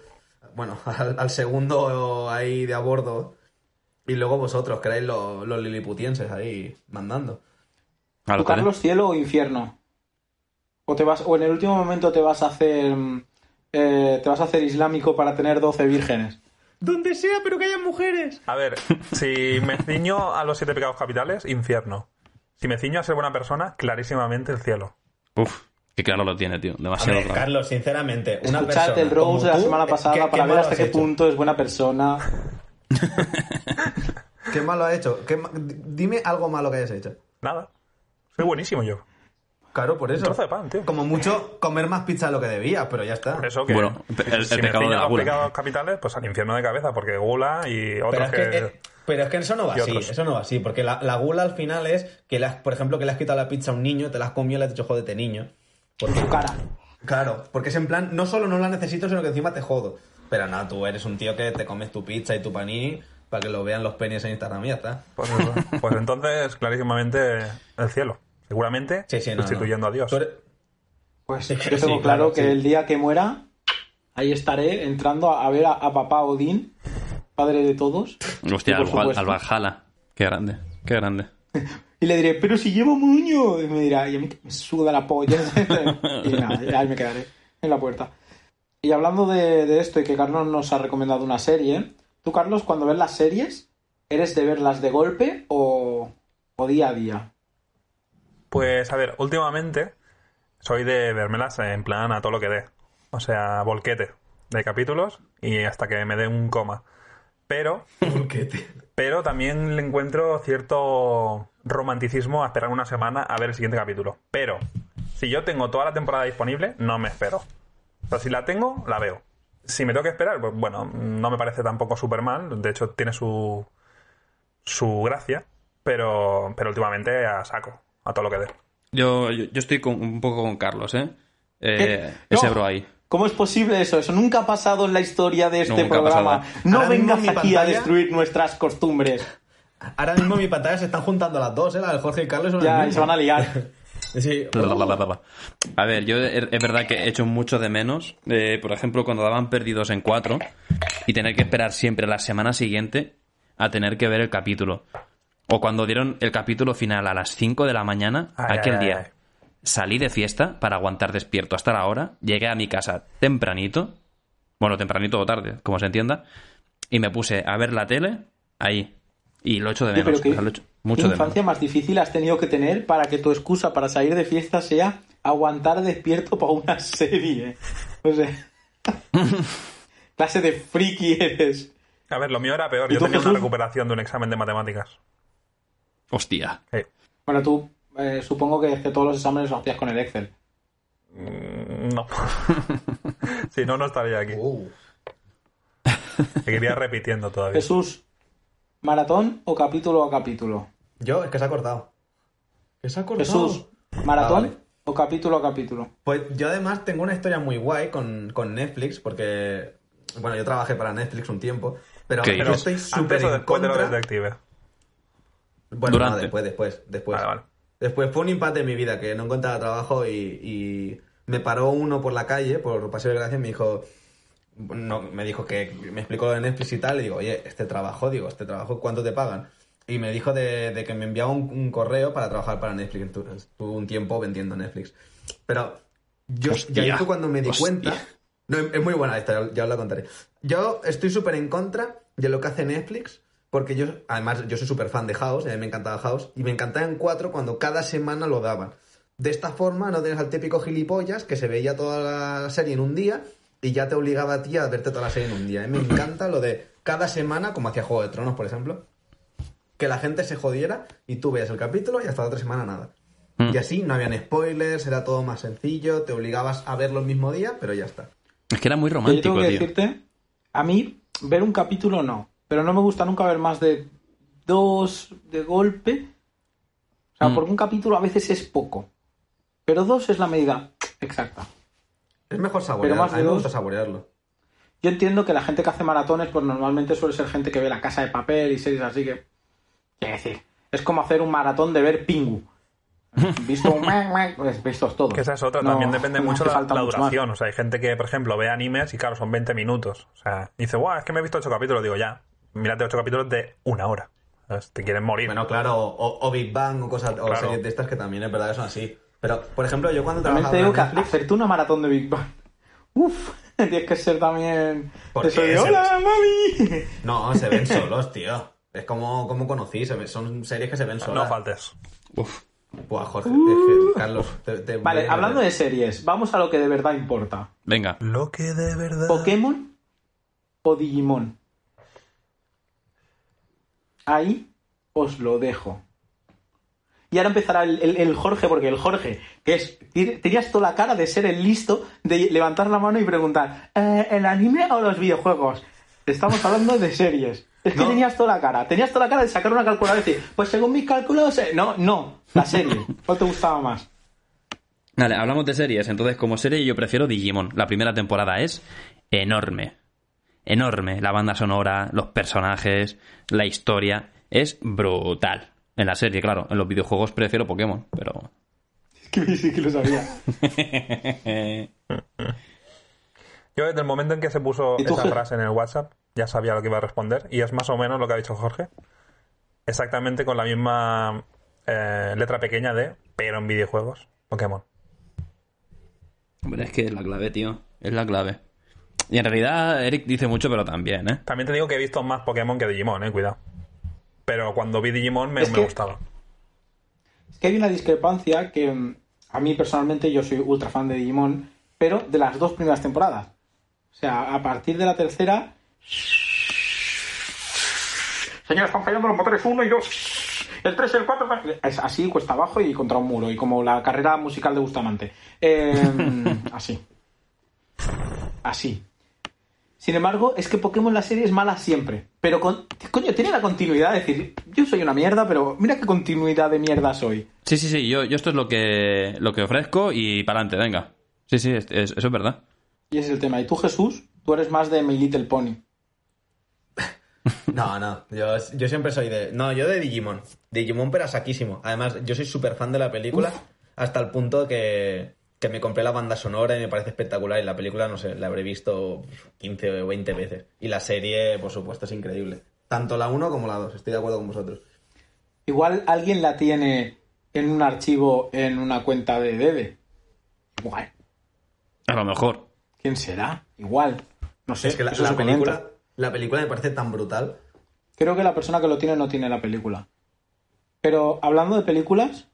Speaker 3: Bueno, *laughs* al, al segundo ahí de a bordo. Y luego vosotros, que erais los, los liliputienses ahí mandando.
Speaker 1: A
Speaker 2: ¿Tú,
Speaker 1: lo que
Speaker 2: Carlos, cielo o infierno. O te vas, o en el último momento te vas a hacer mm, eh, te vas a hacer islámico para tener 12 vírgenes.
Speaker 3: Donde sea, pero que haya mujeres.
Speaker 4: A
Speaker 1: *laughs*
Speaker 4: ver, si me ciño a los siete pecados capitales, infierno. Si me ciño a ser buena persona, clarísimamente el cielo.
Speaker 1: Uf, que claro lo tiene, tío.
Speaker 3: A
Speaker 1: Demasiado
Speaker 3: ver,
Speaker 1: claro.
Speaker 3: Carlos, sinceramente, una persona.
Speaker 2: Escuchad el Rose de la
Speaker 3: como tú,
Speaker 2: semana
Speaker 3: ¿qué-
Speaker 2: pasada
Speaker 3: qué
Speaker 2: para ver
Speaker 3: malo
Speaker 2: hasta
Speaker 3: has
Speaker 2: qué
Speaker 3: hecho?
Speaker 2: punto es buena persona.
Speaker 3: ¿Qué malo ha hecho? ¿Qué ma- Dime algo malo que hayas hecho.
Speaker 4: Nada. Soy buenísimo yo.
Speaker 3: Claro, por eso.
Speaker 4: trozo de pan, tío.
Speaker 3: Como mucho, comer más pizza de lo que debías, pero ya está.
Speaker 4: Por eso que.
Speaker 1: Bueno, el- el
Speaker 4: si me
Speaker 1: pecado
Speaker 4: ciño
Speaker 1: de la
Speaker 4: a los
Speaker 1: gula.
Speaker 4: pecados capitales, pues al infierno de cabeza, porque gula y
Speaker 3: Pero
Speaker 4: otros
Speaker 3: es que, eh, pero es que eso no va
Speaker 4: y
Speaker 3: así,
Speaker 4: otros.
Speaker 3: eso no va así, porque la, la gula al final es que, le has- por ejemplo, que le has quitado la pizza a un niño, te la has comido y le has dicho, jódete, niño. Pues Porque-
Speaker 2: Tu cara.
Speaker 3: claro, porque es en plan, no solo no la necesito, sino que encima te jodo. Pero nada, tú eres un tío que te comes tu pizza y tu panini para que lo vean los penis en Instagram y ya está.
Speaker 4: Pues, eso. Pues entonces, clarísimamente, el cielo. Seguramente
Speaker 3: Sí, sí, no, no.
Speaker 4: sustituyendo a Dios.
Speaker 3: Tú eres- *laughs*
Speaker 2: Pues
Speaker 3: Sí,
Speaker 2: yo
Speaker 3: sí,
Speaker 2: tengo claro,
Speaker 3: claro,
Speaker 2: que
Speaker 3: sí.
Speaker 2: el día que muera, ahí estaré entrando a, a ver a, a papá Odín, padre de todos.
Speaker 1: Hostia,
Speaker 2: Y,
Speaker 1: al,
Speaker 2: por supuesto,
Speaker 1: al Valhalla. Qué grande, qué grande.
Speaker 2: Y le diré, pero si llevo muño. Y me dirá, y a mí que me suda la
Speaker 3: *laughs*
Speaker 2: polla. *laughs* y nada, y ahí me quedaré, en la puerta. Y hablando de, de esto y que Carlos nos ha recomendado una serie, tú, Carlos, cuando ves las series, ¿eres de verlas de golpe o, o día a día?
Speaker 4: Pues a ver, últimamente soy de vermelas en plan a todo lo que dé. O sea, volquete de capítulos y hasta que me dé un coma. Pero, pero también le encuentro cierto romanticismo a esperar una semana a ver el siguiente capítulo. Pero, si yo tengo toda la temporada disponible, no me espero. O sea, si la tengo, la veo. Si me tengo que esperar, pues bueno, no me parece tampoco súper mal. De hecho, tiene su, su gracia. Pero, pero últimamente a saco, a todo lo que dé.
Speaker 1: Yo, yo, yo estoy con- un poco con Carlos, ¿eh? Eh,
Speaker 2: ¿Qué?
Speaker 1: Ese
Speaker 2: No.
Speaker 1: bro ahí.
Speaker 2: ¿Cómo es posible eso? Eso nunca ha pasado en la historia de este
Speaker 1: Nunca ha
Speaker 2: programa.
Speaker 1: pasado.
Speaker 2: No
Speaker 3: Ahora mismo
Speaker 2: vengas
Speaker 3: en mi
Speaker 2: aquí a
Speaker 3: pantalla-
Speaker 2: destruir nuestras costumbres.
Speaker 3: Ahora mismo en mi pantalla se están juntando las dos, ¿eh? La de Jorge y Carlos. son las
Speaker 2: Ya, y
Speaker 3: mismas.
Speaker 2: se van a liar.
Speaker 3: Sí.
Speaker 1: La, la, la, la, la, la. A ver, yo es es verdad que he hecho mucho de menos. eh, por ejemplo, cuando daban perdidos en cuatro y tener que esperar siempre la semana siguiente a tener que ver el capítulo. O cuando dieron el capítulo final a las 5 de la mañana,
Speaker 4: Ay,
Speaker 1: aquel
Speaker 4: ay,
Speaker 1: día.
Speaker 4: ay.
Speaker 1: Salí de fiesta para aguantar despierto hasta la hora. Llegué a mi casa tempranito. Bueno, tempranito o tarde, como se entienda. Y me puse a ver la tele ahí. Y lo echo de
Speaker 2: Sí,
Speaker 1: menos.
Speaker 2: pero qué-
Speaker 1: o sea, lo echo
Speaker 2: ¿Qué
Speaker 1: mucho de menos.
Speaker 2: infancia más difícil has tenido que tener para que tu excusa para salir de fiesta sea aguantar despierto para una *laughs* serie?
Speaker 1: *laughs*
Speaker 2: O sea, clase de friki eres.
Speaker 4: A ver, lo mío era peor.
Speaker 2: ¿Y
Speaker 4: Yo
Speaker 2: tú,
Speaker 4: tenía una
Speaker 2: Jesús?
Speaker 4: recuperación de un examen de matemáticas.
Speaker 1: Hostia.
Speaker 4: Sí.
Speaker 2: Bueno, tú eh, supongo que, que todos los exámenes los hacías con el Excel. *laughs*
Speaker 4: Mm, No. si no, no estaría aquí.
Speaker 3: Uh.
Speaker 4: Seguiría repitiendo todavía.
Speaker 2: Jesús, ¿maratón o capítulo a capítulo?
Speaker 3: Yo, es que se ha cortado. Que se ha cortado.
Speaker 2: Jesús, ¿maratón
Speaker 3: Ah, vale.
Speaker 2: o capítulo a capítulo?
Speaker 3: Pues yo además tengo una historia muy guay con, con Netflix, porque, bueno, yo trabajé para Netflix un tiempo, pero
Speaker 1: ¿Qué
Speaker 3: yo
Speaker 4: Pero
Speaker 1: dices?
Speaker 3: estoy súper
Speaker 4: antes o
Speaker 3: en
Speaker 4: después de
Speaker 3: contra-
Speaker 4: los detectives.
Speaker 3: Bueno, no,
Speaker 1: Durante.
Speaker 3: después, después, después.
Speaker 4: Vale, vale.
Speaker 3: Después fue un impacto en mi vida, que no encontraba trabajo y, y me paró uno por la calle, por paseo de gracia, y me dijo, no, me dijo que me explicó lo de Netflix y tal, y digo, oye, este trabajo, digo, este trabajo, ¿cuánto te pagan? Y me dijo de, de que me enviaba un, un correo para trabajar para Netflix. Tu- Estuve un tiempo vendiendo Netflix. Pero yo,
Speaker 1: Hostia,
Speaker 3: ya fue cuando me di
Speaker 1: hostia.
Speaker 3: cuenta. No, es es muy buena esta, ya os la contaré. Yo estoy súper en contra de lo que hace Netflix, porque yo, además, yo soy súper fan de House, y a mí me encantaba House, y me encantaba en cuatro cuando cada semana lo daban. De esta forma no tienes al típico gilipollas que se veía toda la serie en un día y ya te obligaba a ti a verte toda la serie en un día. A mí Me encanta lo de cada semana, como hacía Juego de Tronos, por ejemplo, que la gente se jodiera y tú veías el capítulo y hasta la otra semana nada.
Speaker 4: Mm.
Speaker 3: Y así no habían spoilers, era todo más sencillo, te obligabas a verlo el mismo día, pero ya está.
Speaker 1: Es que era muy
Speaker 2: Que Yo
Speaker 1: romántico,
Speaker 2: tengo que
Speaker 1: tío.
Speaker 2: decirte, a mí ver un capítulo no, pero no me gusta nunca ver más de dos de golpe. O sea,
Speaker 1: Mm.
Speaker 2: porque un capítulo a veces es poco, pero dos es la medida exacta.
Speaker 3: Es mejor saborear,
Speaker 2: Pero más
Speaker 3: a mí me
Speaker 2: de
Speaker 3: gusta
Speaker 2: dos.
Speaker 3: saborearlo.
Speaker 2: Yo entiendo que la gente que hace maratones, pues normalmente suele ser gente que ve la casa de papel y series así que. Quiero decir, es como hacer un maratón de ver
Speaker 1: *laughs*
Speaker 2: Pingu. Visto un. pues vistos todos.
Speaker 4: Que esa es otra,
Speaker 2: No-
Speaker 4: también depende
Speaker 2: no
Speaker 4: mucho
Speaker 2: hace
Speaker 4: la,
Speaker 2: falta
Speaker 4: la
Speaker 2: mucho más.
Speaker 4: duración. O sea, hay gente que, por ejemplo, ve animes y claro, son 20 minutos. O sea, dice, guau, es que me he visto 8 capítulos. Digo, ya, mírate 8 capítulos de una hora. ¿Sabes? Te quieren morir.
Speaker 3: Bueno, claro, o, o Big Bang o cosas o
Speaker 4: Claro.
Speaker 3: series de estas que también es verdad que son así. Pero, por ejemplo, yo cuando
Speaker 2: También te
Speaker 3: trabajaba
Speaker 2: digo
Speaker 3: en
Speaker 2: que
Speaker 3: Netflix,
Speaker 2: hacerte una maratón de Big Bang. *laughs* Uf, *laughs* tienes que ser también.
Speaker 3: Porque
Speaker 2: Eso de,
Speaker 3: es el-
Speaker 2: ¡Hola,
Speaker 3: *laughs*
Speaker 2: mami!
Speaker 3: no, se ven solos, tío. Es como, como conocí, se ven- son series que se ven solas.
Speaker 4: no faltes.
Speaker 1: Uf.
Speaker 3: Buah, Jorge, es que, Carlos, te, te-
Speaker 2: Vale,
Speaker 3: te-
Speaker 2: hablando de series, vamos a lo que de verdad importa.
Speaker 1: Venga.
Speaker 4: Lo que de verdad.
Speaker 2: ¿Pokémon o Digimon? Ahí os lo dejo. Y ahora empezará el, el- el Jorge, porque el Jorge, que es. tiene- Tenías toda la cara de ser el listo, de levantar la mano y preguntar: "Eh, ¿el anime o los videojuegos? Estamos hablando de series. Es que
Speaker 3: No.
Speaker 2: tenías toda la cara, tenías toda la cara de sacar una calculadora y decir: Pues según mis cálculos. eh, No, no, la serie. ¿Cuál te gustaba más?
Speaker 1: Vale, hablamos de series. Entonces, como serie, yo prefiero Digimon. La primera temporada es enorme. Enorme. La banda sonora, los personajes, la historia. Es brutal. En la serie, claro. En los videojuegos prefiero Pokémon, *laughs* pero.
Speaker 2: Es que sí que lo sabía.
Speaker 4: Yo desde el momento en que se puso
Speaker 2: ¿Y tú,
Speaker 4: esa
Speaker 2: Jorge?
Speaker 4: frase en el WhatsApp, ya sabía lo que iba a responder. Y es más o menos lo que ha dicho Jorge. Exactamente con la misma eh, letra pequeña de, pero en videojuegos, Pokémon.
Speaker 1: Hombre, es que es la clave, tío. Es la clave. Y en realidad, Eric dice mucho, pero también, ¿eh?
Speaker 4: También te digo que he visto más Pokémon que Digimon, eh, cuidado. Pero cuando vi Digimon me,
Speaker 2: Es
Speaker 4: me
Speaker 2: que-
Speaker 4: gustaba.
Speaker 2: Es que hay una discrepancia que mm, a mí personalmente yo soy ultra fan de Digimon, pero de las dos primeras temporadas. O sea, a partir de la tercera. Señores, están fallando los motores 1 y 2. El 3 y el 4. Es así, cuesta abajo y contra un muro. Y como la carrera musical de Bustamante. *laughs* Eh, así. Así. Sin embargo, es que Pokémon la serie es mala siempre. Pero, con, coño, tiene la continuidad. Es decir, yo soy una mierda, pero mira qué continuidad de mierda soy.
Speaker 1: Sí, sí, sí. Yo, yo esto es lo que, lo que ofrezco y para adelante, venga. Sí, sí, es- es- eso es verdad.
Speaker 2: Y ese es el tema. Y tú, Jesús, tú eres más de My Little Pony.
Speaker 3: No, no, yo, yo siempre soy de... No, yo de Digimon. Digimon pero a saquísimo. Además, yo soy súper fan de la película hasta el punto que, que me compré la banda sonora y me parece espectacular. Y la película, no sé, la habré visto 15 o 20 veces. Y la serie, por supuesto, es increíble. Tanto la 1 como la 2, estoy de acuerdo con vosotros.
Speaker 2: Igual alguien la tiene en un archivo en una cuenta de Dede. Igual.
Speaker 1: A lo mejor.
Speaker 2: ¿Quién será? Igual. No sé.
Speaker 3: es que la,
Speaker 2: eso
Speaker 3: la
Speaker 2: se
Speaker 3: película,
Speaker 2: comenta.
Speaker 3: la película me parece tan brutal.
Speaker 2: Creo que la persona que lo tiene no tiene la película. Pero hablando de películas,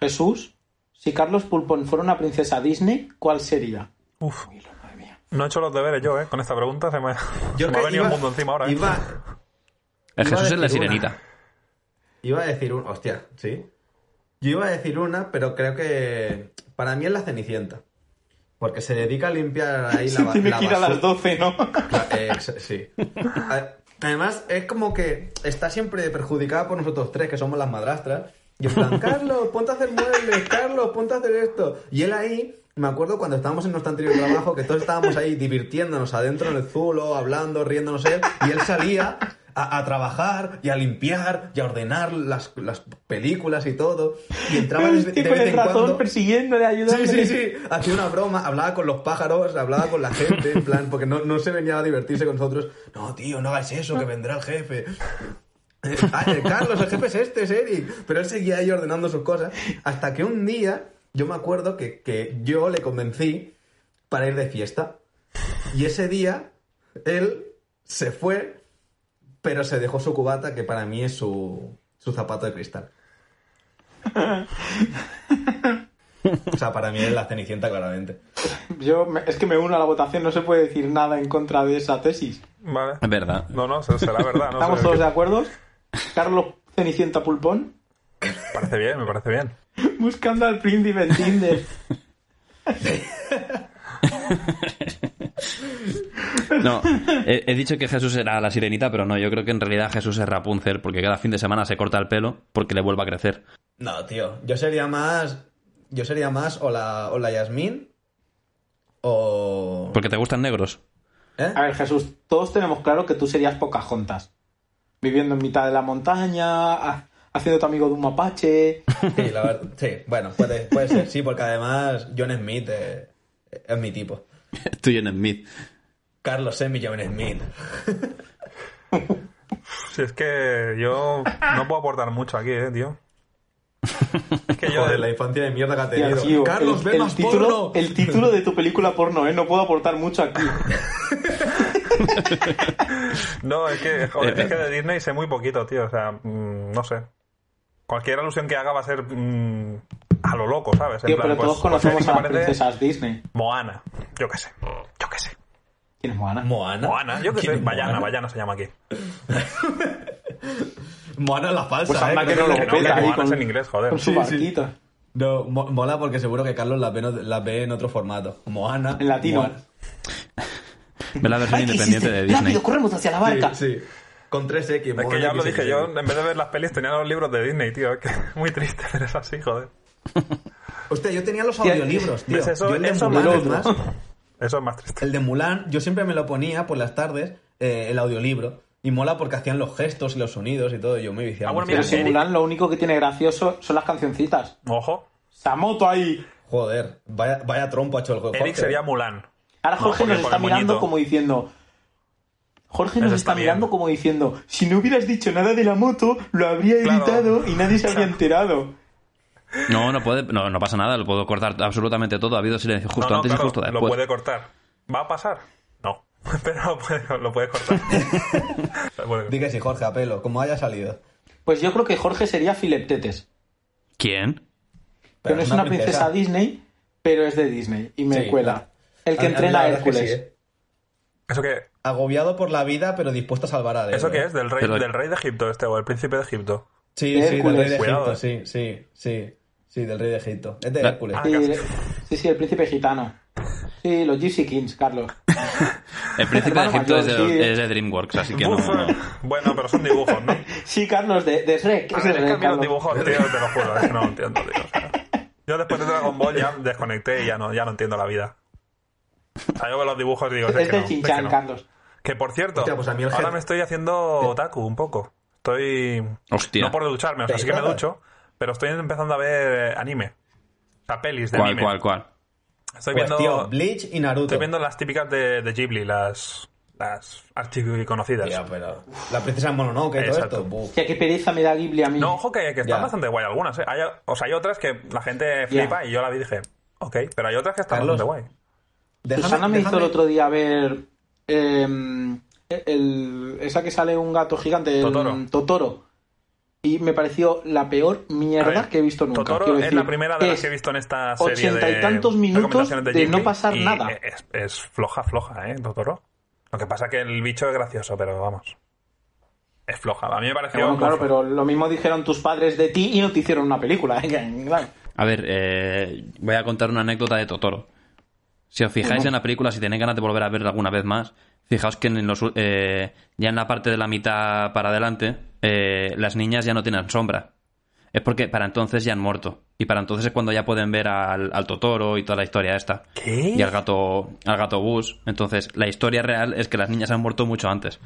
Speaker 2: Jesús, si Carlos Pulpón fuera una princesa Disney, ¿cuál sería?
Speaker 4: Uf,
Speaker 2: Uy, madre mía.
Speaker 4: no he hecho los deberes yo, eh, con esta pregunta. Se me, se me ha
Speaker 3: que
Speaker 4: venido
Speaker 3: iba-
Speaker 4: el mundo encima ahora. eh.
Speaker 3: Iba,
Speaker 1: El
Speaker 3: Iba a
Speaker 1: Jesús es la
Speaker 3: decir una.
Speaker 1: sirenita.
Speaker 3: iba a decir una... Hostia, ¿sí? Yo iba a decir una, pero creo que... Para mí es la Cenicienta. Porque se dedica a limpiar
Speaker 2: *laughs*
Speaker 3: ahí la, ba-
Speaker 2: Tiene
Speaker 3: la
Speaker 2: que ir a las
Speaker 3: basura.
Speaker 2: 12, ¿no?
Speaker 3: Eh, ex- sí. A- Además, es como que está siempre perjudicada por nosotros tres, que somos las madrastras. Y en plan, Carlos, ponte a hacer muebles, Carlos, ponte a hacer esto. Y él ahí, me acuerdo cuando estábamos en nuestro anterior trabajo, que todos estábamos ahí divirtiéndonos adentro en el zulo, hablando, riéndonos él, y él salía a, a trabajar y a limpiar y a ordenar las, las películas y todo. Y
Speaker 2: *laughs*
Speaker 3: entraba
Speaker 2: Es
Speaker 3: de-
Speaker 2: que
Speaker 3: de
Speaker 2: con
Speaker 3: vez
Speaker 2: el
Speaker 3: en
Speaker 2: ratón
Speaker 3: cuando.
Speaker 2: persiguiéndole,
Speaker 3: Sí,
Speaker 2: ayudándole.
Speaker 3: *laughs* sí, sí. Hacía una broma, hablaba con los pájaros, hablaba con la gente, en plan, porque no, no se venía a divertirse con nosotros. No, tío, no hagáis eso, que vendrá el jefe. Eh, ah, eh, Carlos, el jefe es este, es Eric. Pero él seguía ahí ordenando sus cosas. Hasta que un día, yo me acuerdo que, que yo le convencí para ir de fiesta. Y ese día, él se fue, pero se dejó su cubata, que para mí es su, su zapato de cristal. O sea, para mí es la cenicienta, claramente.
Speaker 2: Yo me- es que me uno a la votación, no se puede decir nada en contra de esa tesis.
Speaker 4: Vale.
Speaker 1: Es verdad.
Speaker 4: No, no, se- será verdad. No
Speaker 2: ¿Estamos
Speaker 4: sé.
Speaker 2: todos de acuerdo? Carlos Cenicienta Pulpón *laughs*
Speaker 4: Me parece bien, me parece bien.
Speaker 2: buscando al príncipe en Tinder.
Speaker 1: No, he, he dicho que Jesús era la sirenita, pero no, yo creo que en realidad Jesús es Rapunzel, porque cada fin de semana se corta el pelo porque le vuelve a crecer.
Speaker 3: No, tío. Yo sería más. Yo sería más o la, o la Yasmín. O.
Speaker 4: *laughs*
Speaker 1: Porque te gustan negros.
Speaker 3: ¿Eh?
Speaker 2: A ver, Jesús, todos tenemos claro que tú serías Pocahontas. Viviendo en mitad de la montaña, ha- haciendo tu amigo de un mapache.
Speaker 3: Sí, la verdad. Sí, bueno, puede, puede ser, sí, porque además John Smith eh, es mi tipo.
Speaker 1: Tú y en Smith.
Speaker 3: Carlos Semi John Smith.
Speaker 4: Si es que yo no puedo aportar mucho aquí, eh, tío. Es que yo
Speaker 3: Joder, la infancia de mierda que ha
Speaker 2: Tía,
Speaker 3: tenido.
Speaker 2: tío,
Speaker 3: Carlos,
Speaker 2: el,
Speaker 3: ve
Speaker 2: el
Speaker 3: más
Speaker 2: título,
Speaker 3: porno.
Speaker 2: el título de tu película porno, ¿eh? No puedo aportar mucho aquí.
Speaker 4: No, es que, joder, es que de Disney sé muy poquito, tío. O sea, mm, no sé. Cualquier alusión que haga va a ser mm, a lo loco, ¿sabes? En
Speaker 2: Tío,
Speaker 4: plan,
Speaker 2: pero
Speaker 4: pues,
Speaker 2: todos conocemos
Speaker 4: pues,
Speaker 2: a las
Speaker 4: aparece
Speaker 2: princesas Disney.
Speaker 4: Moana. Yo qué sé. Yo qué sé.
Speaker 2: ¿Quién es
Speaker 4: Pues
Speaker 2: Moana?
Speaker 3: Moana.
Speaker 4: Moana. Yo qué
Speaker 3: ¿Quién
Speaker 4: sé.
Speaker 3: es
Speaker 4: Bayana,
Speaker 3: Moana?
Speaker 4: Bayana se llama aquí.
Speaker 3: Moana la falsa.
Speaker 2: Pues anda
Speaker 3: eh,
Speaker 2: que
Speaker 3: creo
Speaker 2: no
Speaker 4: Que
Speaker 2: lo
Speaker 4: no, que
Speaker 2: peta ahí
Speaker 4: Moana
Speaker 2: con-
Speaker 4: es en inglés, joder.
Speaker 2: Con su
Speaker 3: Sí, sí.
Speaker 2: barquito.
Speaker 3: No, mo- mola porque seguro que Carlos la ve, no- la ve en otro formato. Moana.
Speaker 2: En latino.
Speaker 3: Moana.
Speaker 1: Ve la versión independiente de Disney.
Speaker 2: corremos hacia la barca!
Speaker 3: Sí, sí. Con 3X.
Speaker 4: Es que ya os lo dije, yo en vez de ver las pelis tenía los libros de Disney, tío. Es que *laughs* es muy triste, pero es así, joder.
Speaker 3: Hostia, yo tenía los
Speaker 2: Tía,
Speaker 4: *laughs*
Speaker 3: audiolibros, tío.
Speaker 4: ¿Ves? Pues Eso,
Speaker 3: Yo el de
Speaker 4: eso, es
Speaker 3: Mulan,
Speaker 4: más
Speaker 2: Mulan,
Speaker 4: triste. eso es más triste.
Speaker 3: El de Mulan, yo siempre me lo ponía por las tardes, eh, el audiolibro. Y mola porque hacían los gestos y los sonidos y todo. y Yo me viciaba.
Speaker 4: Ah, bueno,
Speaker 3: mucho.
Speaker 2: Pero si
Speaker 4: mira.
Speaker 2: Mulan lo único que tiene gracioso son las cancioncitas.
Speaker 4: Ojo,
Speaker 2: ¡Samoto ahí!
Speaker 3: Joder, vaya, vaya trompo ha hecho el juego.
Speaker 4: Eric
Speaker 3: Jorge.
Speaker 4: sería Mulan.
Speaker 2: Ahora
Speaker 4: No,
Speaker 2: Jorge
Speaker 4: porque
Speaker 2: nos
Speaker 4: por
Speaker 2: está
Speaker 4: el
Speaker 2: mirando
Speaker 4: moñito.
Speaker 2: como diciendo. Jorge
Speaker 4: Eso
Speaker 2: nos
Speaker 4: está
Speaker 2: está,
Speaker 4: bien.
Speaker 2: mirando como diciendo, si no hubieras dicho nada de la moto, lo habría
Speaker 4: Claro.
Speaker 2: evitado y nadie se habría
Speaker 4: Claro.
Speaker 2: enterado.
Speaker 1: No, no puede, no, no pasa nada, lo puedo cortar absolutamente todo. Ha habido silencio justo
Speaker 4: No, no,
Speaker 1: antes
Speaker 4: claro,
Speaker 1: y justo
Speaker 4: Lo
Speaker 1: después.
Speaker 4: puede cortar. ¿Va a pasar? No. *laughs* Pero lo puede, lo
Speaker 1: *laughs*
Speaker 4: puede cortar. Lo puede
Speaker 3: Di que sí, Jorge, a pelo, como haya salido.
Speaker 2: Pues yo creo que Jorge sería Fileptetes,
Speaker 1: ¿Quién?
Speaker 2: que
Speaker 3: Pero
Speaker 2: no es una princesa Disney, pero es de Disney y me
Speaker 3: Sí,
Speaker 2: cuela. El que
Speaker 3: A- a mí
Speaker 2: entrena a
Speaker 3: la verdad es que
Speaker 2: Hércules.
Speaker 3: sí, ¿eh?
Speaker 4: ¿Eso qué,
Speaker 3: Agobiado por la vida, pero dispuesto a salvar a ¿eh? Dios.
Speaker 4: ¿Eso qué es? ¿Del rey,
Speaker 1: Pero-
Speaker 4: ¿Del rey de Egipto este o el príncipe de Egipto?
Speaker 3: Sí, sí, del
Speaker 2: Hércules.
Speaker 3: rey de
Speaker 4: Cuidado, eh.
Speaker 3: Egipto, sí, sí, sí. Sí, del rey de Egipto. Es de
Speaker 1: La-
Speaker 3: Hércules.
Speaker 4: Ah,
Speaker 2: Sí,
Speaker 4: casi.
Speaker 2: el- sí, sí, el príncipe gitano. Sí, los Gypsy Kings, Carlos.
Speaker 1: El príncipe de
Speaker 2: Hermano
Speaker 1: Egipto es de,
Speaker 2: mayor, sí.
Speaker 1: es de DreamWorks, así que no.
Speaker 4: Buf,
Speaker 1: no.
Speaker 4: Bueno, pero son dibujos, ¿no?
Speaker 2: Sí, Carlos, de, de Shrek. es de
Speaker 4: A ver, Ah, es que a
Speaker 2: Shrek,
Speaker 4: mí los
Speaker 2: Carlos.
Speaker 4: dibujos, tío, te lo juro, es que no lo entiendo, tío. o sea. yo después de Dragon Ball ya desconecté y ya no, ya no entiendo la vida. O sea, yo veo los dibujos y digo, es,
Speaker 2: Es
Speaker 4: que
Speaker 2: de
Speaker 4: no, es que
Speaker 2: Chinchan,
Speaker 4: no.
Speaker 2: Carlos.
Speaker 4: Que por cierto,
Speaker 3: Hostia, pues a mí el Eh.
Speaker 4: ahora
Speaker 3: gen-
Speaker 4: me estoy haciendo otaku un poco. Estoy.
Speaker 1: Hostia.
Speaker 4: No por ducharme, o sea, sí que me ducho, pero estoy empezando a ver eh, anime. O sea, pelis de
Speaker 1: ¿Cuál,
Speaker 4: anime.
Speaker 1: cuál, cuál?
Speaker 4: Estoy
Speaker 3: Pues,
Speaker 4: viendo.
Speaker 3: tío, Bleach y Naruto.
Speaker 4: Estoy viendo las típicas de, de Ghibli, las, las archiconocidas.
Speaker 3: Tío, pero... La princesa Mononoke y todo
Speaker 4: Exacto.
Speaker 3: esto. buf.
Speaker 2: Hostia, qué pereza me da Ghibli a mí.
Speaker 4: No, ojo que, que están
Speaker 3: Ya.
Speaker 4: bastante guay algunas, ¿eh? Hay, o sea, hay otras que la gente flipa y yo la vi y dije, ok, pero hay otras que están
Speaker 3: Carlos.
Speaker 4: bastante guay.
Speaker 2: Susana me hizo
Speaker 3: déjame-
Speaker 2: el otro día ver em, el- esa que sale un gato gigante, el
Speaker 4: Totoro.
Speaker 2: Totoro. Y me pareció la peor
Speaker 4: A
Speaker 2: mierda
Speaker 4: ver,
Speaker 2: que he visto nunca.
Speaker 4: Totoro
Speaker 2: Quiero
Speaker 4: es
Speaker 2: decir,
Speaker 4: la primera de las
Speaker 2: es-
Speaker 4: que he visto en esta serie
Speaker 2: ochenta y
Speaker 4: de
Speaker 2: tantos minutos
Speaker 4: recomendaciones
Speaker 2: de
Speaker 4: Ghibli
Speaker 2: no pasar
Speaker 4: y
Speaker 2: nada.
Speaker 4: Es, es floja, floja, ¿eh, Totoro? Lo que pasa que el bicho es gracioso, pero vamos. Es floja. A mí me pareció...
Speaker 2: Bueno,
Speaker 4: muy
Speaker 2: claro,
Speaker 4: floja.
Speaker 2: pero lo mismo dijeron tus padres de ti y no te hicieron una película. *laughs* ¿eh? Que, claro.
Speaker 1: A ver, eh, voy a contar una anécdota de Totoro. Si os fijáis en la película, si tenéis ganas de volver a verla alguna vez más, fijaos que en los, u- eh, ya en la parte de la mitad para adelante, eh, las niñas ya no tienen sombra. Es porque para entonces ya han muerto. Y para entonces es cuando ya pueden ver al, al Totoro y toda la historia esta.
Speaker 4: ¿Qué?
Speaker 1: Y al gato, al gato Bus. Entonces, la historia real es que las niñas han muerto mucho antes.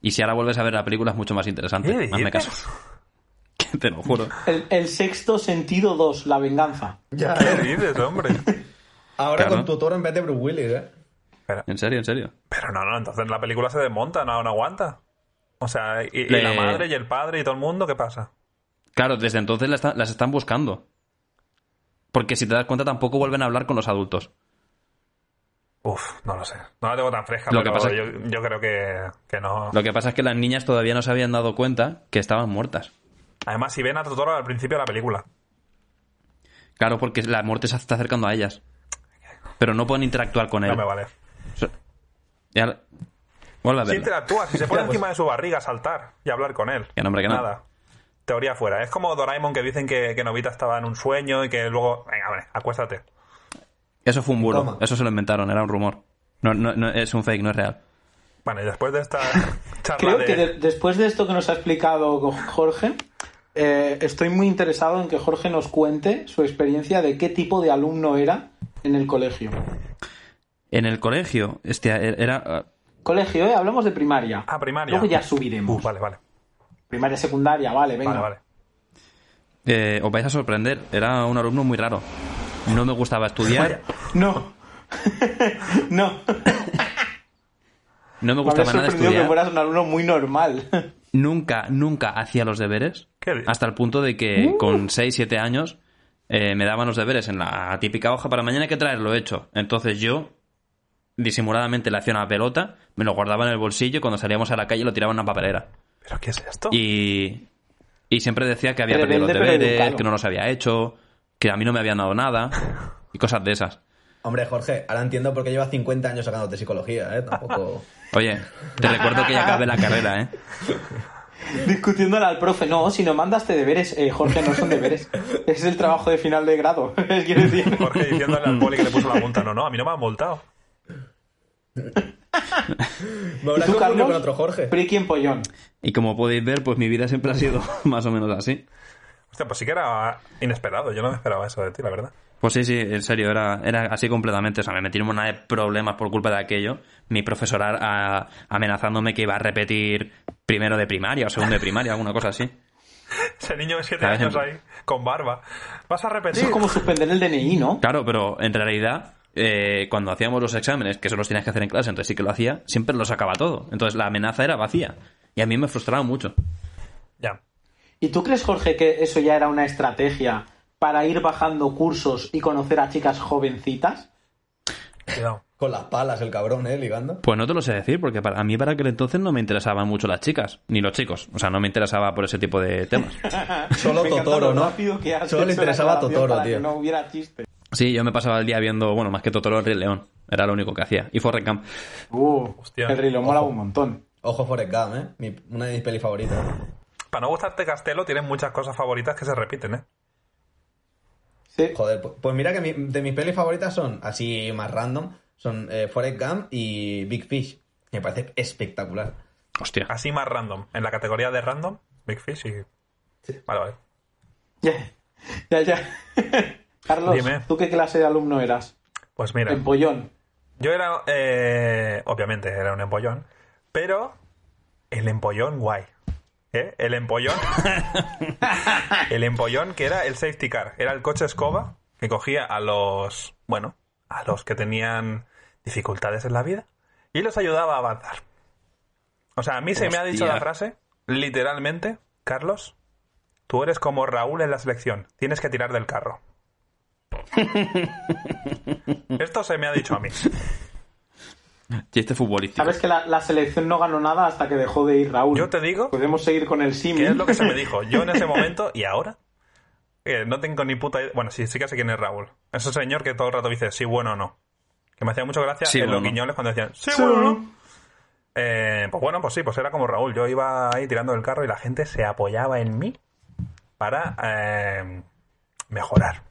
Speaker 1: Y si ahora vuelves a ver la película es mucho más interesante.
Speaker 4: ¿Qué
Speaker 1: Hazme
Speaker 4: dices?
Speaker 1: caso. *laughs*
Speaker 4: *laughs*
Speaker 1: Que Te lo juro.
Speaker 2: El, el sexto sentido 2, la venganza.
Speaker 3: Ya,
Speaker 4: ¿Qué
Speaker 3: eh.
Speaker 4: dices, hombre?
Speaker 3: Ahora
Speaker 1: Claro.
Speaker 3: con Totoro en vez de Bruce Willis, ¿eh?
Speaker 4: Espera.
Speaker 1: En serio, en serio.
Speaker 4: Pero no, no, entonces la película se desmonta, no, no aguanta. O sea, y, y
Speaker 1: Le-
Speaker 4: la madre y el padre y todo el mundo, ¿qué pasa?
Speaker 1: Claro, desde entonces las, están- las están buscando. Porque si te das cuenta, tampoco vuelven a hablar con los adultos.
Speaker 4: Uf, no lo sé. No la tengo tan fresca,
Speaker 1: Lo
Speaker 4: pero
Speaker 1: que pasa es
Speaker 4: yo, yo creo que, que no.
Speaker 1: Lo que pasa es que las niñas todavía no se habían dado cuenta que estaban muertas.
Speaker 4: Además, si ven a Totoro al principio de la película.
Speaker 1: Claro, porque la muerte se está acercando a ellas. Pero no pueden interactuar con él.
Speaker 4: No me vale.
Speaker 1: So- y ahora- Vuelve a
Speaker 4: Si
Speaker 1: verla. *laughs*
Speaker 4: interactúa, si se pone encima de su barriga a saltar y hablar con él.
Speaker 1: pues. Que no, hombre, que no.
Speaker 4: Nada. Teoría fuera. Es como Doraemon que dicen que, que Novita estaba en un sueño y que luego. Venga, hombre, acuéstate.
Speaker 1: Eso fue un burro.
Speaker 3: Toma.
Speaker 1: Eso se lo inventaron, era un rumor. No, no, no, es un fake, no es real.
Speaker 4: Bueno, y después de esta *laughs* charla
Speaker 2: Creo
Speaker 4: de.
Speaker 2: que de- después de esto que nos ha explicado Jorge, eh, estoy muy interesado en que Jorge nos cuente su experiencia de qué tipo de alumno era en el colegio.
Speaker 1: En el colegio, este, era.
Speaker 2: Colegio, ¿eh? Hablamos de primaria.
Speaker 4: Ah, primaria.
Speaker 2: Luego ya subiremos.
Speaker 4: Uh, vale, vale.
Speaker 2: Primaria, secundaria, vale, venga.
Speaker 4: Vale, vale.
Speaker 1: Eh, os vais a sorprender, era un alumno muy raro. No me gustaba estudiar,
Speaker 2: No. *laughs* no.
Speaker 1: no me
Speaker 2: Me
Speaker 1: gustaba
Speaker 2: habría
Speaker 1: nada
Speaker 2: sorprendido que
Speaker 1: estudiar.
Speaker 2: fueras un alumno muy normal. *laughs*
Speaker 1: Nunca, nunca hacía los deberes.
Speaker 4: ¿Qué dices?
Speaker 1: Hasta el punto de que
Speaker 2: Uh.
Speaker 1: con 6, 7 años eh, me daban los deberes en la típica hoja para mañana hay que traerlo hecho. Entonces yo disimuladamente le hacía una pelota, me lo guardaba en el bolsillo y cuando salíamos a la calle lo tiraba en una papelera.
Speaker 4: ¿Pero qué es esto?
Speaker 1: Y, y siempre decía que había
Speaker 2: Rebelde,
Speaker 1: perdido los
Speaker 2: pero
Speaker 1: deberes,
Speaker 2: educado.
Speaker 1: que no los había hecho, que a mí no me habían dado
Speaker 2: *laughs*
Speaker 1: nada y cosas de esas.
Speaker 3: Hombre, Jorge, ahora entiendo por qué llevas 50 años sacándote psicología, ¿eh? Tampoco...
Speaker 1: Oye, te recuerdo que ya acabé la carrera, ¿eh?
Speaker 2: Discutiéndole al profe, no, si no mandaste deberes, eh, Jorge, no son deberes. *laughs* Es el trabajo de final de grado. *laughs* Es quiero decir.
Speaker 4: *laughs* Jorge diciéndole al poli que le puso
Speaker 1: *laughs*
Speaker 4: la multa. No, no, a mí no me han multado.
Speaker 3: Me habrás confundido con otro Jorge.
Speaker 2: Friki en pollón.
Speaker 1: Y como podéis ver, pues mi vida siempre ha sido *laughs* más o menos así.
Speaker 4: Hostia, pues sí que era inesperado. Yo no me esperaba eso de ti, la verdad. *laughs*
Speaker 1: Pues sí, sí, en serio, era, era así completamente. O sea, me metí en una de problemas por culpa de aquello. Mi profesora a- amenazándome que iba a repetir primero de primaria o segundo de primaria, alguna cosa así.
Speaker 4: Ese niño de 7
Speaker 1: Por
Speaker 4: años
Speaker 1: ejemplo.
Speaker 4: ahí, con barba. ¿Vas a
Speaker 2: Eso
Speaker 4: repetir?
Speaker 2: es como suspender el DNI, ¿no?
Speaker 1: Claro, pero en realidad, eh, cuando hacíamos los exámenes, que eso los tenías que hacer en clase, entonces sí que lo hacía, siempre lo sacaba todo. Entonces la amenaza era vacía. Y a mí me frustraba mucho.
Speaker 4: Ya.
Speaker 2: ¿Y tú crees, Jorge, que eso ya era una estrategia para ir bajando cursos y conocer a chicas jovencitas?
Speaker 4: Cuidado.
Speaker 3: Con las palas, el cabrón, ¿eh? Ligando.
Speaker 1: Pues no te lo sé decir, porque para, a mí para aquel entonces no me interesaban mucho las chicas, ni los chicos. O sea, no me interesaba por ese tipo de temas.
Speaker 3: Solo
Speaker 2: Me encanta
Speaker 3: Totoro,
Speaker 2: lo
Speaker 3: ¿no?
Speaker 2: rápido que haces
Speaker 3: Solo le
Speaker 2: la
Speaker 3: interesaba a
Speaker 2: aclaración
Speaker 3: Totoro,
Speaker 2: para
Speaker 3: tío.
Speaker 2: Que no hubiera chiste.
Speaker 1: Sí, yo me pasaba el día viendo, bueno, más que Totoro, el Rey León. Era lo único que hacía. Y Forrest Gump.
Speaker 2: Uh,
Speaker 4: Hostia.
Speaker 2: el rilo mola un montón.
Speaker 3: Ojo Forrest Gump, ¿eh? Mi- una de mis pelis favoritas.
Speaker 4: Para no gustarte Castelo, tienes muchas cosas favoritas que se repiten, ¿eh?
Speaker 2: Sí.
Speaker 3: Joder, pu- pues mira que mi- de mis pelis favoritas son, así más random, son eh, Forrest Gump y Big Fish. Me parece espectacular.
Speaker 1: Hostia.
Speaker 4: Así más random. En la categoría de random, Big Fish y... Vale, vale.
Speaker 2: Ya, ya, ya. *laughs* Carlos,
Speaker 4: Dime.
Speaker 2: ¿tú qué clase de alumno eras?
Speaker 4: Pues mira.
Speaker 2: En pollón.
Speaker 4: Yo era, eh, obviamente, era un empollón, pero el empollón guay. ¿eh? El empollón. el empollón que era el safety car. Era el coche escoba que cogía a los, bueno, a los que tenían dificultades en la vida y los ayudaba a avanzar. O sea, a mí se me ha dicho
Speaker 1: Hostia.
Speaker 4: la frase, literalmente, Carlos, tú eres como Raúl en la selección, tienes que tirar del carro. Esto se me ha dicho a mí.
Speaker 1: Chiste futbolístico.
Speaker 2: Sabes que la, la selección no ganó nada hasta que dejó de ir Raúl.
Speaker 4: Yo te digo
Speaker 1: Pues
Speaker 2: Podemos seguir con el símil.
Speaker 4: que es lo que se me dijo. Yo en ese momento y ahora eh, no tengo ni puta idea. Bueno, sí, sí que sé quién es Raúl. Ese señor que todo el rato dice sí, bueno o no. Que me hacía mucha gracia
Speaker 1: Sí,
Speaker 4: en
Speaker 1: bueno,
Speaker 4: los
Speaker 1: no.
Speaker 4: guiñoles cuando decían sí,
Speaker 2: Sí,
Speaker 4: bueno o
Speaker 2: bueno,
Speaker 4: no. Eh, pues bueno, pues sí, pues era como Raúl. Yo iba ahí tirando del carro y la gente se apoyaba en mí para eh, mejorar.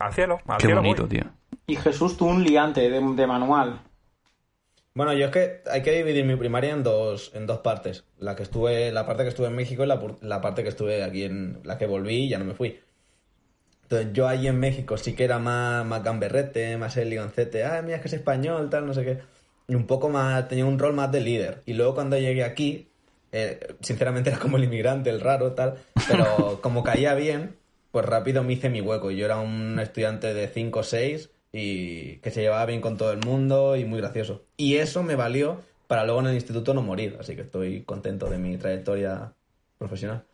Speaker 4: Al cielo, al
Speaker 1: Qué
Speaker 4: cielo Ah, voy.
Speaker 1: bonito, tío.
Speaker 2: Y Jesús, tú un liante de, de manual.
Speaker 3: Bueno, yo es que hay que dividir mi primaria en dos, en dos partes. La que estuve, la parte que estuve en México y la, pur- la parte que estuve aquí en la que volví y ya no me fui. Entonces yo ahí en México sí que era más, más gamberrete, más el ligancete, ah, mira es que es español, tal, no sé qué. Y un poco más, tenía un rol más de líder. Y luego cuando llegué aquí, eh, sinceramente era como el inmigrante, el raro, tal. Pero como caía bien, pues rápido me hice mi hueco. Yo era un estudiante de 5 o 6 y que se llevaba bien con todo el mundo y muy gracioso. Y eso me valió para luego en el instituto no morir. Así que estoy contento de mi trayectoria profesional.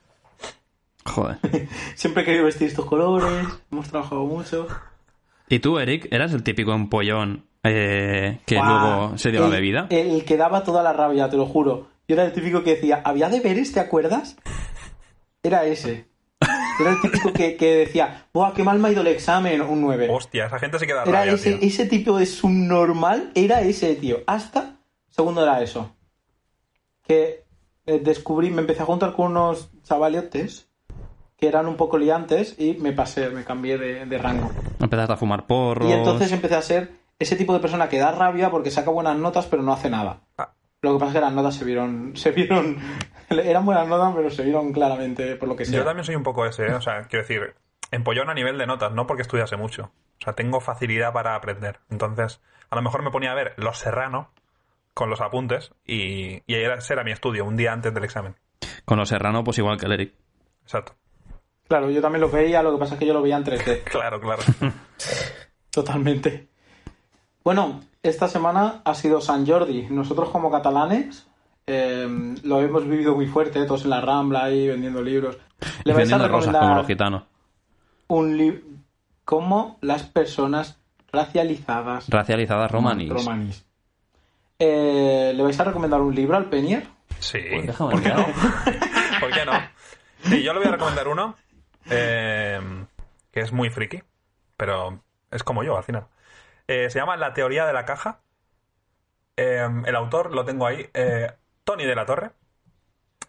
Speaker 1: Joder.
Speaker 2: Siempre he querido vestir estos colores, hemos trabajado mucho.
Speaker 1: ¿Y tú, Eric, eras el típico empollón eh, que
Speaker 2: ¡Guau!
Speaker 1: luego se dio la
Speaker 2: El-
Speaker 1: bebida?
Speaker 2: El que daba toda la rabia, te lo juro. Yo era el típico que decía, ¿había deberes, te acuerdas? Era ese. Era el típico que, que decía, ¡buah, qué mal me ha ido el examen! Un 9.
Speaker 4: Hostia, esa gente se queda
Speaker 2: Era
Speaker 4: rabia,
Speaker 2: ese,
Speaker 4: tío.
Speaker 2: ese tipo de subnormal, era ese tío. Hasta segundo era eso. Que eh, descubrí, me empecé a juntar con unos chavalotes que eran un poco liantes y me pasé, me cambié de, de rango.
Speaker 1: Empezaste a fumar porros.
Speaker 2: Y entonces empecé a ser ese tipo de persona que da rabia porque saca buenas notas pero no hace nada.
Speaker 4: Ah.
Speaker 2: Lo que pasa es que las notas se vieron, se vieron, *laughs* eran buenas notas pero se vieron claramente por lo que sea.
Speaker 4: Yo también soy un poco ese, ¿eh? o sea, quiero decir, empollón a nivel de notas, no porque estudiase mucho. O sea, tengo facilidad para aprender. Entonces, a lo mejor me ponía a ver Los Serrano con los apuntes y, y era- ese era mi estudio, un día antes del examen.
Speaker 1: Con los serrano, pues igual que el Eric.
Speaker 4: Exacto.
Speaker 2: Claro, yo también lo veía, lo que pasa es que yo lo veía en 3D.
Speaker 4: Claro, claro.
Speaker 2: *laughs* Totalmente. Bueno, esta semana ha sido San Jordi. Nosotros como catalanes eh, lo hemos vivido muy fuerte, eh, todos en la Rambla ahí vendiendo libros.
Speaker 1: Y
Speaker 2: Le vais a
Speaker 1: vendiendo rosas como los
Speaker 2: recomendar
Speaker 1: gitanos.
Speaker 2: un libro como las personas racializadas
Speaker 1: Racializadas romaníes.
Speaker 2: romaníes. Eh, ¿Le vais a recomendar un libro al Penier?
Speaker 4: Sí.
Speaker 1: Pues déjame
Speaker 4: ¿Por qué
Speaker 1: mirar.
Speaker 4: no? *laughs* ¿Por qué no? Sí, yo le voy a recomendar uno eh, que es muy friki, pero es como yo al final. Eh, se llama La teoría de la caja. Eh, el autor lo tengo ahí, eh, Tony de la Torre.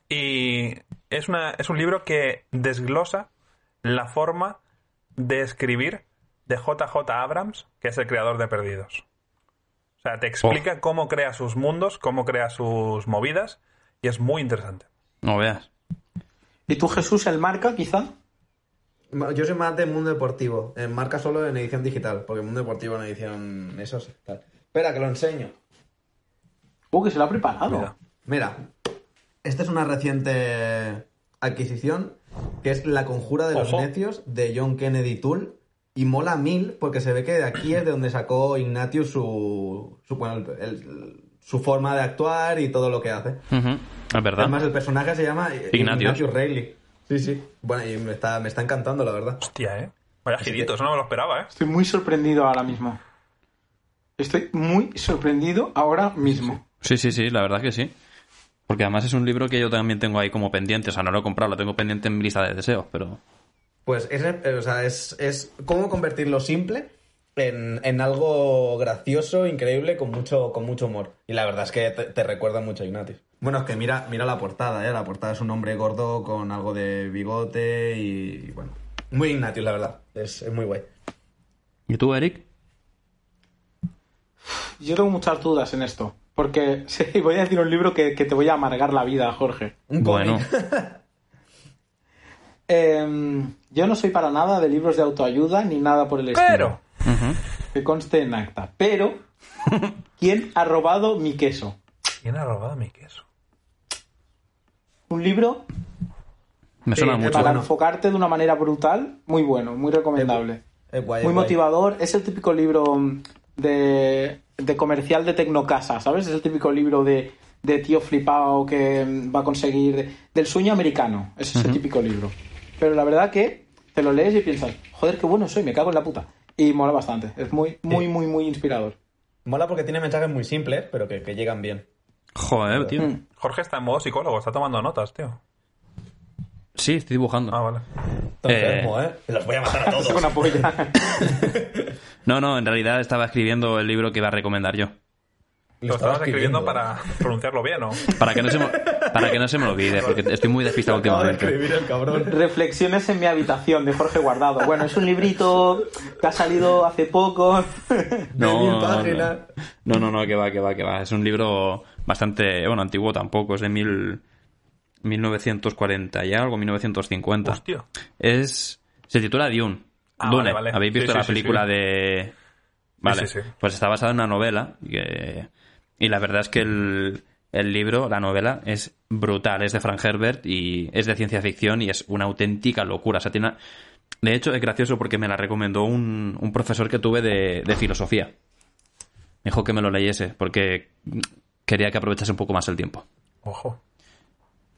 Speaker 4: Y es, una, es un libro que desglosa la forma de escribir de JJ Abrams, que es el creador de Perdidos. O sea, te explica cómo crea sus mundos, cómo crea sus movidas, y es muy interesante.
Speaker 1: No veas.
Speaker 2: ¿Y tú, Jesús, el marca, quizá?
Speaker 3: Ma- Yo soy más de mundo deportivo. En marca solo en edición digital, porque mundo deportivo en edición. Eso sí, tal. Espera, que lo enseño.
Speaker 2: Uh, que se lo ha preparado.
Speaker 4: Mira.
Speaker 3: Mira, esta es una reciente adquisición, que es La Conjura de los
Speaker 4: Ojo.
Speaker 3: Necios de John Kennedy Toole. Y mola mil, porque se ve que de aquí es de donde sacó Ignatius su, su, bueno, el- el- su forma de actuar y todo lo que hace.
Speaker 1: Ujú, Es verdad.
Speaker 3: Además, el personaje se llama eh,
Speaker 1: Ignatius.
Speaker 3: Ignatius Reilly. Sí, sí. Bueno, y me está, me está encantando, la verdad.
Speaker 4: Hostia, ¿eh? Vaya girito, eso no me lo esperaba, ¿eh?
Speaker 1: Este
Speaker 2: Estoy muy sorprendido ahora mismo. Estoy muy sorprendido ahora mismo.
Speaker 1: Sí, sí, sí, la verdad que sí. Porque además es un libro que yo también tengo ahí como pendiente. O sea, no lo he comprado, lo tengo pendiente en mi lista de deseos, pero.
Speaker 3: Pues es, eh, o sea, es, es cómo convertir lo simple en, en algo gracioso, increíble, con mucho, con mucho humor. Y la verdad es que te, te recuerda mucho a Ignatius. Bueno, es que mira, mira la portada, ¿eh? La portada es un hombre gordo con algo de bigote y, y bueno. Muy Ignatius, la verdad. Es, es muy guay.
Speaker 1: ¿Y tú, Eric?
Speaker 2: Yo tengo muchas dudas en esto. Porque *laughs* sí, voy a decir un libro que, que te voy a amargar la vida, Jorge.
Speaker 3: Un cómic. *laughs*
Speaker 1: Bueno.
Speaker 2: Em, yo no soy para nada de libros de autoayuda ni nada por el estilo.
Speaker 4: Pero,
Speaker 1: Ujú.
Speaker 2: Que conste en acta. Pero, ¿quién ha robado mi queso?
Speaker 4: ¿quién ha robado mi queso?
Speaker 2: Un libro
Speaker 1: Me suena
Speaker 3: Sí,
Speaker 1: mucho.
Speaker 2: para
Speaker 3: bueno.
Speaker 2: enfocarte de una manera brutal, muy bueno, muy recomendable.
Speaker 3: Es guay, es
Speaker 2: muy
Speaker 3: guay.
Speaker 2: motivador. Es el típico libro mm, de, de comercial de Tecnocasa, ¿sabes? Es el típico libro de, de tío flipado que mm, va a conseguir. de- del sueño americano. Es ese típico libro. Pero la verdad que te lo lees y piensas, joder, qué bueno soy, me cago en la puta. Y mola bastante. Es muy, muy, muy, muy inspirador.
Speaker 3: Mola porque tiene mensajes muy simples, pero que, que llegan bien.
Speaker 1: Joder, tío.
Speaker 2: Mm.
Speaker 4: Jorge está en modo psicólogo, está tomando notas, tío.
Speaker 1: Sí, estoy dibujando.
Speaker 4: Ah, vale.
Speaker 3: Está
Speaker 1: Eh.
Speaker 3: enfermo, ¿eh? Los voy a matar a todos.
Speaker 2: Con apoyo.
Speaker 1: No, no, en realidad estaba escribiendo el libro que iba a recomendar yo.
Speaker 4: Lo estabas escribiendo para *laughs* pronunciarlo
Speaker 1: *laughs*
Speaker 4: bien, ¿o?
Speaker 1: Para que no se me, para que no se me olvide, porque estoy muy despistado
Speaker 3: Acabo de
Speaker 1: últimamente.
Speaker 3: escribir el cabrón.
Speaker 2: *laughs* Reflexiones en mi habitación de Jorge Guardado. Bueno, es un librito que ha salido hace poco.
Speaker 3: De mil
Speaker 1: No, no,
Speaker 3: páginas.
Speaker 1: no, no, no, no, que va, que va, que va. Es un libro bastante, bueno, antiguo tampoco, es de mil, 1940 y algo, 1950.
Speaker 4: Hostia.
Speaker 1: Es. Se titula Dune.
Speaker 4: Ah,
Speaker 1: Dune.
Speaker 4: vale, vale.
Speaker 1: ¿Habéis
Speaker 4: Sí,
Speaker 1: visto
Speaker 4: sí,
Speaker 1: la
Speaker 4: sí,
Speaker 1: película
Speaker 4: sí.
Speaker 1: de. Vale.
Speaker 4: sí, sí.
Speaker 1: Pues está basada en una novela. que- Y la verdad es que el, el libro, la novela, es brutal. Es de Frank Herbert y es de ciencia ficción y es una auténtica locura. O sea, tiene una- De hecho, es gracioso porque me la recomendó un, un profesor que tuve de, de filosofía. Me dijo que me lo leyese porque quería que aprovechase un poco más el tiempo.
Speaker 4: Ojo.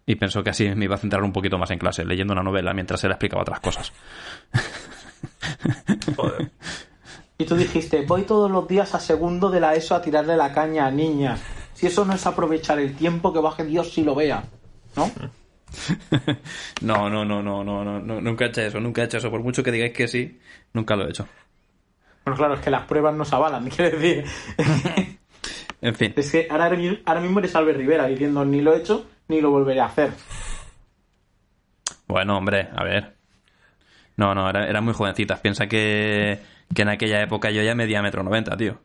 Speaker 1: Y pensó que así me iba a centrar un poquito más en clase, leyendo una novela mientras él explicaba otras cosas.
Speaker 4: Joder.
Speaker 2: Y tú dijiste, voy todos los días a segundo de la ESO a tirarle la caña a niñas. Si eso no es aprovechar el tiempo, que baje Dios si lo vea. ¿No?
Speaker 1: No, no, no, no, no, no, no, nunca he hecho eso, nunca he hecho eso. Por mucho que digáis que sí, nunca lo he hecho.
Speaker 2: Bueno, claro, es que las pruebas nos avalan, *laughs* quiero decir.
Speaker 1: En fin,
Speaker 2: Es que ahora, ahora mismo eres Albert Rivera diciendo, ni lo he hecho, ni lo volveré a hacer.
Speaker 1: bueno, hombre, a ver. No, no, era, eran muy jovencitas. Piensa que, que en aquella época yo ya medía metro noventa, tío.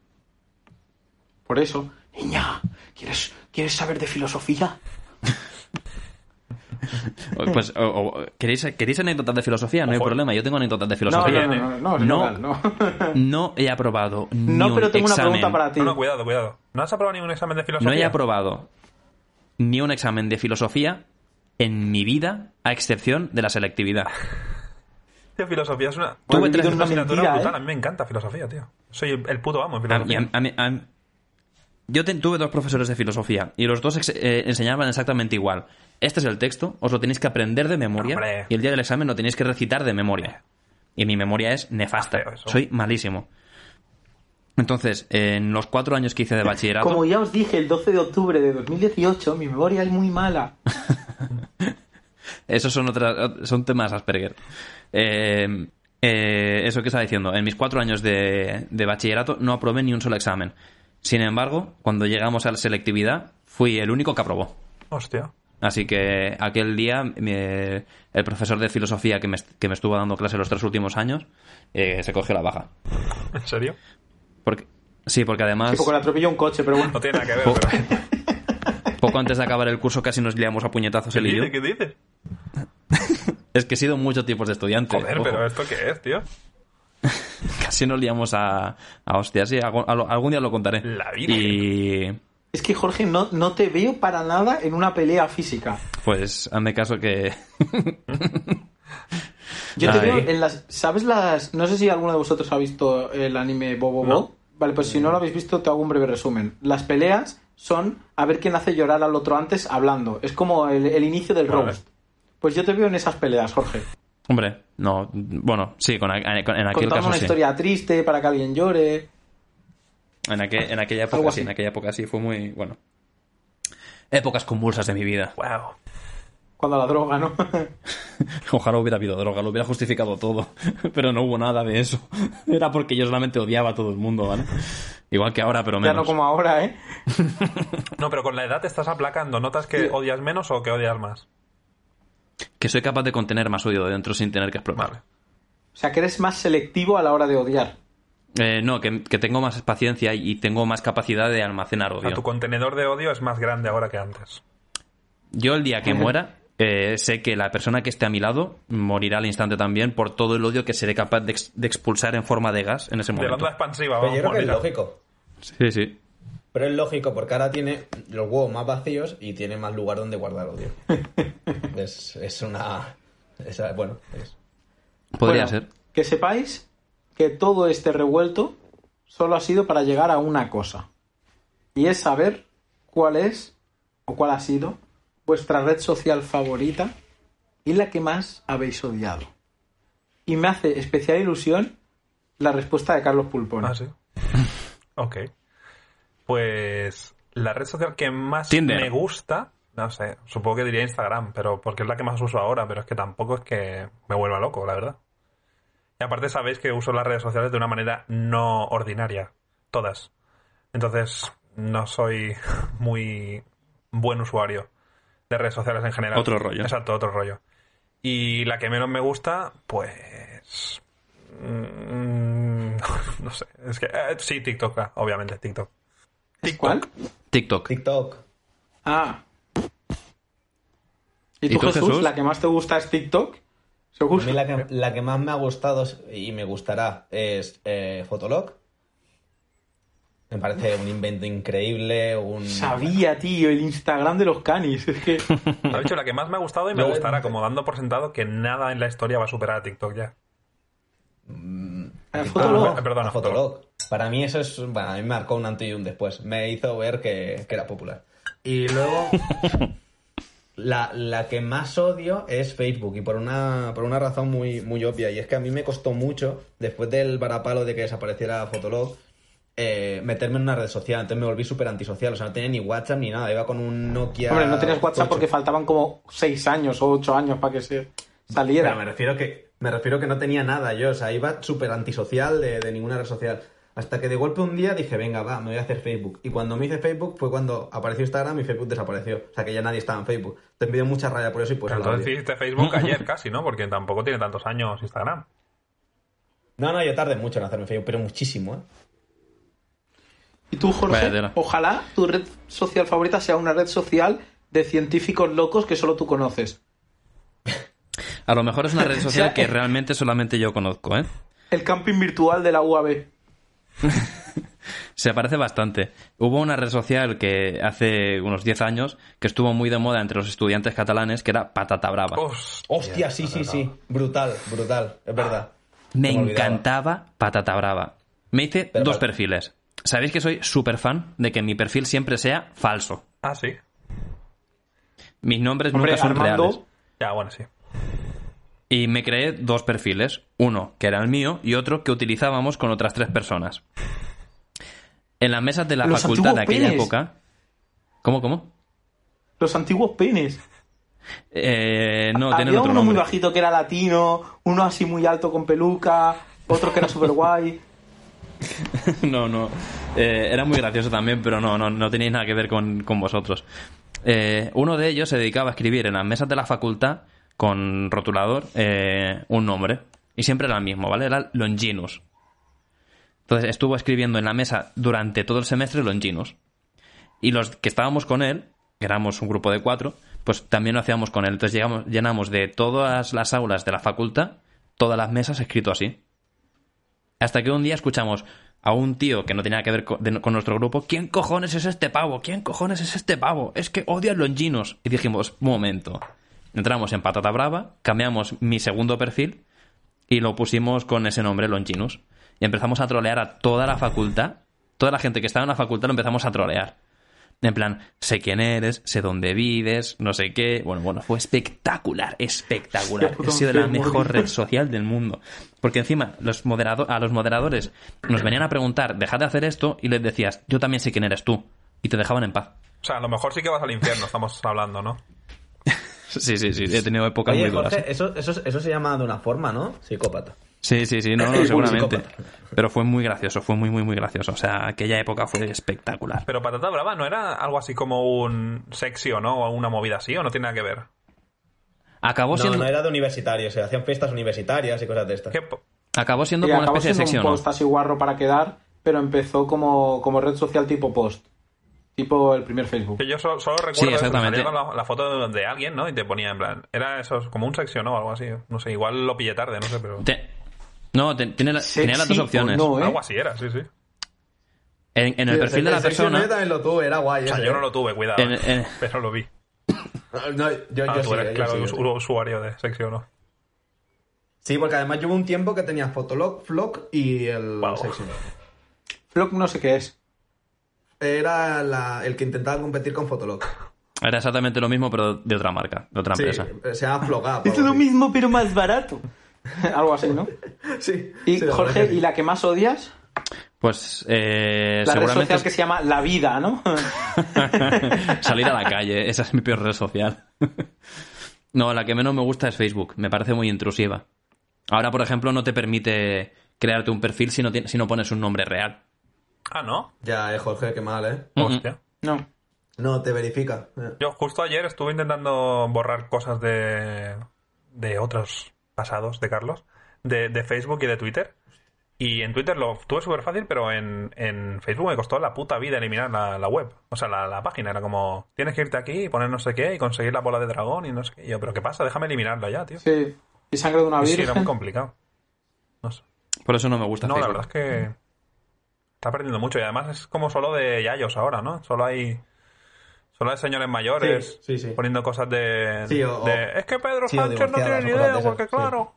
Speaker 2: Por eso, niña, ¿quieres, ¿quieres saber de filosofía?
Speaker 1: Pues, o- o- ¿queréis, ¿queréis anécdotas de filosofía? No hay
Speaker 4: Ojo.
Speaker 1: problema, yo tengo anécdotas de
Speaker 2: No,
Speaker 1: filosofía.
Speaker 2: no, no, no, no,
Speaker 1: No.
Speaker 2: no, no.
Speaker 1: No he aprobado ni
Speaker 2: No, pero
Speaker 1: un
Speaker 2: tengo una
Speaker 1: examen.
Speaker 2: pregunta para ti.
Speaker 4: No, no, cuidado, cuidado. ¿No has aprobado ningún examen de filosofía?
Speaker 1: No he aprobado ni un examen de filosofía en mi vida, a excepción de la selectividad.
Speaker 4: Tío, filosofía es una.
Speaker 1: Tuve
Speaker 4: es
Speaker 1: tres-
Speaker 4: una
Speaker 2: una
Speaker 4: asignatura
Speaker 2: mentira,
Speaker 4: brutal.
Speaker 2: ¿eh?
Speaker 4: pues, A mí me encanta filosofía, tío. Soy el, el puto amo en
Speaker 1: A mí-
Speaker 4: filosofía.
Speaker 1: a mí- a mí- a mí- yo te- tuve dos profesores de filosofía y los dos ex- eh, enseñaban exactamente igual. Este es el texto, os lo tenéis que aprender de memoria
Speaker 4: Hombre.
Speaker 1: y el día del examen lo tenéis que recitar de memoria. Y mi memoria es nefasta,
Speaker 4: Feo eso.
Speaker 1: soy malísimo. Entonces, en los cuatro años que hice de bachillerato,
Speaker 2: Como ya os dije, el 12 de octubre de 2018, mi memoria es muy mala.
Speaker 1: Esos son otras, son temas Asperger. Eh, eh, eso que estaba diciendo, en mis cuatro años de, de bachillerato no aprobé ni un solo examen. Sin embargo, cuando llegamos a la selectividad, fui el único que aprobó.
Speaker 4: Hostia.
Speaker 1: Así que aquel día me- el profesor de filosofía que me, est- que me estuvo dando clase los tres últimos años eh, se cogió la baja.
Speaker 4: ¿En serio?
Speaker 1: Porque, sí, porque además...
Speaker 2: Sí, porque la atropelló un coche,
Speaker 4: *laughs*
Speaker 2: pero bueno.
Speaker 4: No tiene nada que ver,
Speaker 1: Po-
Speaker 4: pero.
Speaker 1: Poco antes de acabar el curso casi nos liamos a puñetazos
Speaker 4: ¿Qué
Speaker 1: él y yo.
Speaker 4: dices? ¿Qué dices?
Speaker 1: Es que he sido muchos tipos de estudiante.
Speaker 4: Joder,
Speaker 1: ojo.
Speaker 4: pero ¿esto qué es, tío?
Speaker 1: Casi nos liamos a, a hostias. Sí, algo- algo- algún día lo contaré.
Speaker 4: La Virgen.
Speaker 1: Y
Speaker 2: Es que Jorge, no, no te veo para nada en una pelea física.
Speaker 1: pues hazme caso que...
Speaker 2: Yo te
Speaker 1: Ahí.
Speaker 2: veo en las. ¿Sabes las.? No sé si alguno de vosotros ha visto el anime Bobo Bob.
Speaker 4: No.
Speaker 2: Vale, pues si no lo habéis visto, te hago un breve resumen. Las peleas son a ver quién hace llorar al otro antes hablando. Es como el, el inicio del
Speaker 4: Vale.
Speaker 2: roast. Pues yo te veo en esas peleas, Jorge.
Speaker 1: Hombre, no. Bueno, sí, con, a- con- en aquel
Speaker 2: Contamos
Speaker 1: caso
Speaker 2: una
Speaker 1: sí.
Speaker 2: historia triste para que alguien llore.
Speaker 1: En, aquel- en aquella
Speaker 2: Algo
Speaker 1: época sí,
Speaker 2: así.
Speaker 1: en aquella época sí. Fue muy... Bueno. Épocas convulsas de mi vida.
Speaker 4: ¡Wow!
Speaker 2: Cuando la
Speaker 1: *laughs*
Speaker 2: droga, ¿no?
Speaker 1: Ojalá hubiera habido droga, lo hubiera justificado todo. *laughs* Pero no hubo nada de eso. *laughs* Era porque yo solamente odiaba a todo el mundo, ¿vale? Igual que ahora, pero
Speaker 2: ya
Speaker 1: menos.
Speaker 2: no como ahora, ¿eh?
Speaker 4: No, pero con la edad te estás aplacando. ¿Notas que odias menos o que odias más?
Speaker 1: Que soy capaz de contener más odio dentro sin tener que explotar.
Speaker 4: Vale.
Speaker 2: O sea, que eres más selectivo a la hora de odiar.
Speaker 1: Eh, no, que, que tengo más paciencia y tengo más capacidad de almacenar
Speaker 4: O sea,
Speaker 1: odio.
Speaker 4: tu contenedor de odio es más grande ahora que antes.
Speaker 1: Yo el día que muera, eh, sé que la persona que esté a mi lado morirá al instante también por todo el odio que seré capaz de, ex- de expulsar en forma de gas en ese
Speaker 4: De la
Speaker 1: momento.
Speaker 4: onda expansiva,
Speaker 3: Pero
Speaker 4: vamos.
Speaker 3: yo creo que es
Speaker 4: mira.
Speaker 3: lógico.
Speaker 1: Sí, sí.
Speaker 3: Pero es lógico, porque ahora tiene los huevos más vacíos y tiene más lugar donde guardar odio. es, es una. es- bueno, es-
Speaker 1: Podría
Speaker 2: Bueno,
Speaker 1: ser.
Speaker 2: Que sepáis que todo este revuelto solo ha sido para llegar a una cosa. Y es saber cuál es o cuál ha sido vuestra red social favorita y la que más habéis odiado. Y me hace especial ilusión la respuesta de Carlos Pulpón.
Speaker 4: Ah, sí. ok. Pues la red social que más
Speaker 1: Tinder.
Speaker 4: me gusta, no sé, supongo que diría Instagram, pero porque es la que más uso ahora, pero es que tampoco es que me vuelva loco, la verdad. Y aparte sabéis que uso las redes sociales de una manera no ordinaria, todas. Entonces no soy *laughs* muy buen usuario de redes sociales en general.
Speaker 1: Otro rollo.
Speaker 4: Exacto, otro rollo. Y la que menos me gusta, pues... Mm, *laughs* no sé, es que eh, sí, TikTok, claro,
Speaker 1: *laughs*
Speaker 4: obviamente, TikTok.
Speaker 2: ¿Es cuál?
Speaker 1: TikTok.
Speaker 3: TikTok.
Speaker 2: Ah. ¿Y
Speaker 1: ¿Y
Speaker 2: tú,
Speaker 1: tú,
Speaker 2: Jesús,
Speaker 1: Jesús?
Speaker 2: la que más te gusta es TikTok?
Speaker 3: A
Speaker 2: ¿Seguro?
Speaker 3: mí la que, la que más me ha gustado es- y me gustará es eh, Fotolog. Me parece un invento increíble, un...
Speaker 2: Sabía, tío, el Instagram de los canis. Es
Speaker 1: *laughs*
Speaker 2: que...
Speaker 4: Lo he dicho, la que más me ha gustado y me
Speaker 3: Yo-
Speaker 4: gustará, como dando por sentado que nada en la historia va a superar a TikTok ya.
Speaker 2: El
Speaker 4: Ah,
Speaker 2: Fotolog.
Speaker 4: bueno. perdona,
Speaker 3: a Fotolog. Para mí eso es... Bueno, a mí me marcó un antes y un después. Me hizo ver que, que era popular. Y luego... *laughs* La, la que más odio es Facebook y por una, por una razón muy, muy obvia y es que a mí me costó mucho, después del varapalo de que desapareciera Fotolog, eh, meterme en una red social, entonces me volví súper antisocial, o sea, no tenía ni WhatsApp ni nada, iba con un Nokia...
Speaker 2: Hombre, no tenías WhatsApp
Speaker 3: 8.
Speaker 2: porque faltaban como 6 años o 8 años para que se
Speaker 3: Pero me
Speaker 2: saliera.
Speaker 3: refiero que me refiero que no tenía nada yo, o sea, iba súper antisocial de, de ninguna red social. Hasta que de golpe un día dije, venga, va, me voy a hacer Facebook. Y cuando me hice Facebook fue cuando apareció Instagram y Facebook desapareció. O sea, que ya nadie estaba en Facebook. Te pidió mucha raya por eso y pues...
Speaker 4: Pero
Speaker 3: la
Speaker 4: entonces
Speaker 3: odio.
Speaker 4: hiciste
Speaker 1: *laughs*
Speaker 4: Facebook ayer casi, ¿no? Porque tampoco tiene tantos años Instagram.
Speaker 3: No, no, yo tardé mucho en hacerme Facebook, pero muchísimo, ¿eh?
Speaker 2: Y tú, Jorge,
Speaker 1: Vaya tela.
Speaker 2: ojalá tu red social favorita sea una red social de científicos locos que solo tú conoces.
Speaker 1: A lo mejor es una red
Speaker 2: O
Speaker 1: social
Speaker 2: sea,
Speaker 1: que
Speaker 2: eh.
Speaker 1: realmente solamente yo conozco, ¿eh?
Speaker 2: El camping virtual de la UAB.
Speaker 1: Se parece bastante. Hubo una red social que hace unos 10 años que estuvo muy de moda entre los estudiantes catalanes que era Patata Brava.
Speaker 2: Oh,
Speaker 4: Os-
Speaker 3: Hostia, sí, sí, sí. Brutal, brutal. Es verdad.
Speaker 1: Me
Speaker 3: Me olvidaba.
Speaker 1: encantaba Patata Brava. Me hice
Speaker 3: Pero
Speaker 1: dos
Speaker 3: vale.
Speaker 1: perfiles. Sabéis que soy súper fan de que mi perfil siempre sea falso.
Speaker 4: Ah, sí.
Speaker 1: Mis nombres
Speaker 2: Hombre,
Speaker 1: nunca son
Speaker 2: Armando.
Speaker 1: reales.
Speaker 4: Ya, bueno, sí.
Speaker 1: Y me creé dos perfiles, uno que era el mío y otro que utilizábamos con otras tres personas. En las mesas de la
Speaker 2: Los
Speaker 1: facultad de
Speaker 2: antiguos
Speaker 1: aquella
Speaker 2: penes.
Speaker 1: época. ¿Cómo, cómo?
Speaker 2: Los antiguos penes.
Speaker 1: Eh, no,
Speaker 2: Había
Speaker 1: tienen
Speaker 2: uno
Speaker 1: otro
Speaker 2: muy
Speaker 1: nombre.
Speaker 2: bajito que era latino, uno así muy alto con peluca, otro que era super
Speaker 1: *laughs*
Speaker 2: guay.
Speaker 1: no, no. Eh, era muy gracioso también, pero no, no, no tenéis nada que ver con, con vosotros. Eh, uno de ellos se dedicaba a escribir en las mesas de la facultad con rotulador eh, un nombre. Y siempre era el mismo, ¿vale? Era Longinus. Entonces estuvo escribiendo en la mesa durante todo el semestre Longinus. Y los que estábamos con él, que éramos un grupo de cuatro, pues también lo hacíamos con él. Entonces llegamos, llenamos de todas las aulas de la facultad todas las mesas escrito así. Hasta que un día escuchamos a un tío que no tenía que ver co- de- con, nuestro grupo, ¿quién cojones es este pavo? ¿Quién cojones es este pavo? Es que odia a los longinos. Y dijimos, "Un momento. Entramos en Patata Brava, cambiamos mi segundo perfil y lo pusimos con ese nombre, Longinus. Y empezamos a trolear a toda la facultad. Toda la gente que estaba en la facultad lo empezamos a trolear. En plan, sé quién eres, sé dónde vives, no sé qué. Bueno, bueno, fue espectacular,
Speaker 3: *laughs*
Speaker 1: espectacular.
Speaker 2: Hostia,
Speaker 1: Ha sido la
Speaker 2: enfermo,
Speaker 1: mejor
Speaker 2: tío.
Speaker 1: red social del mundo. Porque encima, los moderado- a los moderadores nos venían a preguntar, dejad de hacer esto, y les decías, yo también sé quién eres tú. Y te dejaban en paz.
Speaker 4: O sea, a lo mejor sí que vas al infierno, estamos hablando, ¿no?
Speaker 1: Sí, sí, sí, he tenido épocas
Speaker 3: Oye,
Speaker 1: muy duras.
Speaker 3: Jorge, eso, eso, eso se llama de una forma, ¿no? Psicópata.
Speaker 1: Sí, sí, sí,
Speaker 2: *laughs*
Speaker 1: no, no,
Speaker 3: Muy
Speaker 1: seguramente.
Speaker 3: psicópata.
Speaker 1: Pero fue muy gracioso, fue muy, muy, muy gracioso. O sea, aquella época fue espectacular.
Speaker 4: Pero Patata Brava no era algo así como un sexy o no, o una movida así, o no tiene nada que ver.
Speaker 1: Acabó
Speaker 3: No,
Speaker 1: siendo,
Speaker 3: no era de universitarios, se hacían fiestas universitarias y cosas de estas.
Speaker 4: ¿Qué po-
Speaker 1: acabó siendo
Speaker 2: y
Speaker 1: como una
Speaker 2: Eh, acabó
Speaker 1: especie de
Speaker 2: siendo
Speaker 1: sección.
Speaker 2: un post así guarro para quedar, pero empezó como, como red social tipo post. Tipo el primer Facebook.
Speaker 4: que yo so- solo recuerdo
Speaker 1: Sí,
Speaker 4: eso, que
Speaker 1: exactamente.
Speaker 4: salía con la, la foto de, de alguien, ¿no? Y te ponía en plan. Era eso, como un sexy o no, algo así. No sé, igual lo pillé tarde, no sé, pero.
Speaker 1: Te- no, te- tiene la-
Speaker 2: Sexy
Speaker 1: tenía las dos
Speaker 2: o
Speaker 1: opciones.
Speaker 2: no, ¿eh?
Speaker 4: Algo así era, sí, sí.
Speaker 1: En, en el perfil de la persona.
Speaker 3: Yo también lo tuve, era guay.
Speaker 4: O sea,
Speaker 3: ese,
Speaker 4: yo
Speaker 3: ¿eh?
Speaker 4: no lo tuve, cuidado.
Speaker 1: En-
Speaker 4: eh,
Speaker 1: en-
Speaker 4: Pero lo vi.
Speaker 3: No, yo,
Speaker 4: Ah,
Speaker 3: yo
Speaker 4: tú
Speaker 3: sí,
Speaker 4: eres,
Speaker 3: yo
Speaker 4: claro,
Speaker 3: sí, yo
Speaker 4: usu-
Speaker 3: sí.
Speaker 4: usuario de sexy o no.
Speaker 3: Sí, porque además yo hubo un tiempo que tenía Fotolog, Flock y el
Speaker 4: Wow.
Speaker 3: sexy.
Speaker 2: Flock no sé qué es.
Speaker 3: Era la- el que intentaba competir con Fotolog.
Speaker 1: Era exactamente lo mismo, pero de otra marca, de otra
Speaker 3: Sí, eh,
Speaker 1: empresa.
Speaker 3: se llama *laughs* Flogap.
Speaker 2: Es lo mismo, pero más barato. *laughs* Algo así, ¿no?
Speaker 3: Sí.
Speaker 2: Y
Speaker 3: sí, la
Speaker 2: Jorge,
Speaker 3: verdad que
Speaker 2: ¿y
Speaker 3: sí.
Speaker 2: la que más odias?
Speaker 1: Pues eh,
Speaker 2: La red
Speaker 1: seguramente
Speaker 2: social que se llama La Vida, ¿no?
Speaker 1: *laughs*
Speaker 2: *laughs*
Speaker 1: salir a la calle, esa es mi peor red social. *laughs* no, la que menos me gusta es Facebook, me parece muy intrusiva. Ahora, por ejemplo, no te permite crearte un perfil si no, tien- si no pones un nombre real.
Speaker 4: Ah, ¿no?
Speaker 3: Ya, eh, Jorge, qué mal, ¿eh?
Speaker 1: Mm, mm.
Speaker 4: Hostia.
Speaker 2: No.
Speaker 3: No, te verifica. eh.
Speaker 4: Yo justo ayer estuve intentando borrar cosas de, de otros pasados de Carlos, de, de Facebook y de Twitter. Y en Twitter lo tuve súper fácil, pero en, en Facebook me costó la puta vida eliminar la, la web. O sea, la, la página era como, tienes que irte aquí y poner no sé qué y conseguir la bola de dragón y no sé qué. Y yo, pero ¿qué pasa? Déjame eliminarla ya, tío.
Speaker 2: Sí. Y sangre de una
Speaker 4: Y sí,
Speaker 2: virgen.
Speaker 4: era muy complicado. No sé.
Speaker 1: Por eso no me gusta
Speaker 4: No, la
Speaker 1: Facebook.
Speaker 4: verdad es que está perdiendo mucho y además es como solo de yayos ahora, ¿no? Solo hay solo hay señores mayores
Speaker 3: Sí, sí, sí.
Speaker 4: poniendo cosas de,
Speaker 3: Sí, o-
Speaker 4: de, es que Pedro
Speaker 3: sí, o
Speaker 4: Sánchez no tiene
Speaker 3: divorciadas
Speaker 4: ni
Speaker 3: o cosas
Speaker 4: idea,
Speaker 3: de
Speaker 4: porque
Speaker 3: esas, sí.
Speaker 4: claro.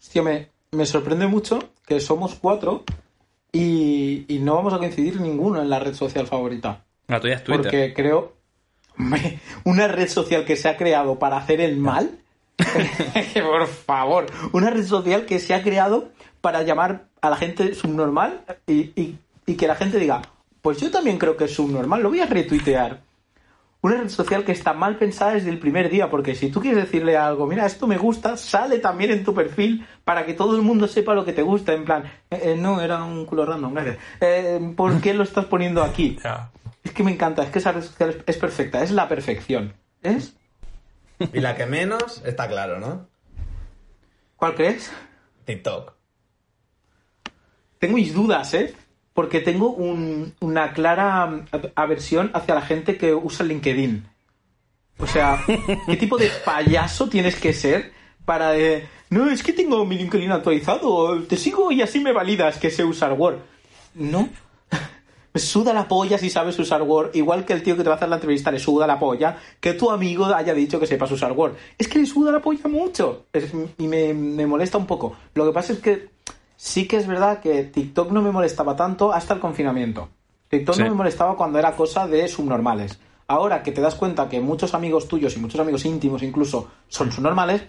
Speaker 2: Hostia, me, me sorprende mucho que somos cuatro y, y no vamos a coincidir ninguno en la red social favorita.
Speaker 1: La tuya Ah, es Twitter.
Speaker 2: Porque creo. Hombre, una red social que se ha creado para hacer el mal. *laughs* por favor. Una red social que se ha creado para llamar a la gente subnormal y, y- y que la gente diga: Pues yo también creo que es subnormal, lo voy a retuitear. Una red social que está mal pensada desde el primer día, porque si tú quieres decirle algo, mira, esto me gusta, sale también en tu perfil para que todo el mundo sepa lo que te gusta. En plan, "Eh, eh, no, era un culo random, gracias. Eh, ¿Por qué lo estás poniendo aquí?
Speaker 4: Ya.
Speaker 2: Es que me encanta, es que esa red social es- es perfecta, es la perfección. ¿Es?
Speaker 3: Y la que menos, está claro, ¿no?
Speaker 2: ¿Cuál crees?
Speaker 3: TikTok.
Speaker 2: Tengo mis dudas, ¿eh? Porque tengo eh, un- una clara mm, ab- aversión hacia la gente que usa LinkedIn. O sea, ¿qué tipo de payaso tienes que ser para de... No, es que tengo mi LinkedIn actualizado, te sigo y así me validas que sé usar Word. No. Me suda la polla si sabes usar Word, igual que el tío que te va a hacer la entrevista le suda la polla, que tu amigo haya dicho que sepas usar Word. Es que le suda la polla mucho. Es- y me, me molesta un poco. Lo que pasa es que sí que es verdad que TikTok no me molestaba tanto hasta el confinamiento. TikTok
Speaker 1: Sí.
Speaker 2: no me molestaba cuando era cosa de subnormales. Ahora que te das cuenta que muchos amigos tuyos y muchos amigos íntimos incluso son subnormales,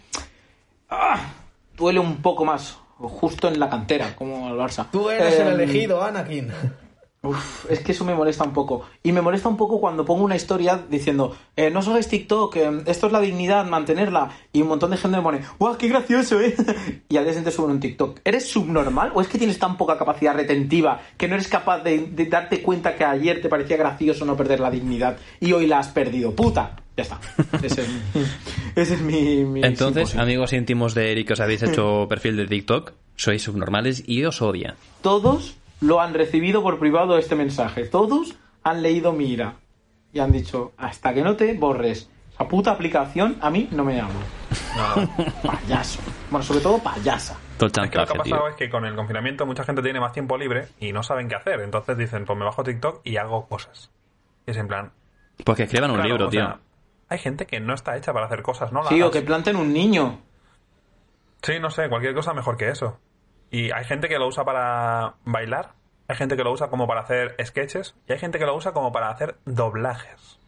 Speaker 2: ¡ah! duele un poco más. Justo en la cantera, como al Barça.
Speaker 3: Tú eres el
Speaker 2: Em,
Speaker 3: elegido, Anakin. *laughs*
Speaker 2: Uf, es que eso me molesta un poco. Y me molesta un poco cuando pongo una historia diciendo, eh, no solo es TikTok, eh, esto es la dignidad, mantenerla. Y un montón de gente me pone, ¡guau, qué gracioso, eh! *laughs* Y al día siguiente suben un TikTok. ¿Eres subnormal o es que tienes tan poca capacidad retentiva que no eres capaz de, de darte cuenta que ayer te parecía gracioso no perder la dignidad y hoy la has perdido? ¡Puta! Ya está. Ese es mi... *laughs* ese es mi- mi
Speaker 1: Entonces,
Speaker 2: simposio.
Speaker 1: amigos íntimos de Eric, que os habéis
Speaker 4: *laughs*
Speaker 1: hecho perfil de TikTok, sois subnormales y os odia.
Speaker 2: todos lo han recibido por privado este mensaje. Todos han leído mi ira. Y han dicho, hasta que no te borres esa puta aplicación, a mí no me llamo.
Speaker 1: *laughs*
Speaker 2: Payaso. Bueno, sobre todo payasa.
Speaker 1: Todo el
Speaker 4: Es que lo que
Speaker 1: chantaje,
Speaker 4: ha
Speaker 1: tío.
Speaker 4: pasado es que con el confinamiento mucha gente tiene más tiempo libre y no saben qué hacer. Entonces dicen, pues me bajo TikTok y hago cosas. Y es en plan...
Speaker 1: Pues que escriban un
Speaker 4: claro,
Speaker 1: libro,
Speaker 4: o
Speaker 1: tío.
Speaker 4: sea, hay gente que no está hecha para hacer cosas, ¿no? La-
Speaker 2: Sí, o
Speaker 4: las-
Speaker 2: que planten un niño.
Speaker 4: Sí, no sé, cualquier cosa mejor que eso. Y hay gente que lo usa para bailar, hay gente que lo usa como para hacer sketches y hay gente que lo usa como para hacer doblajes.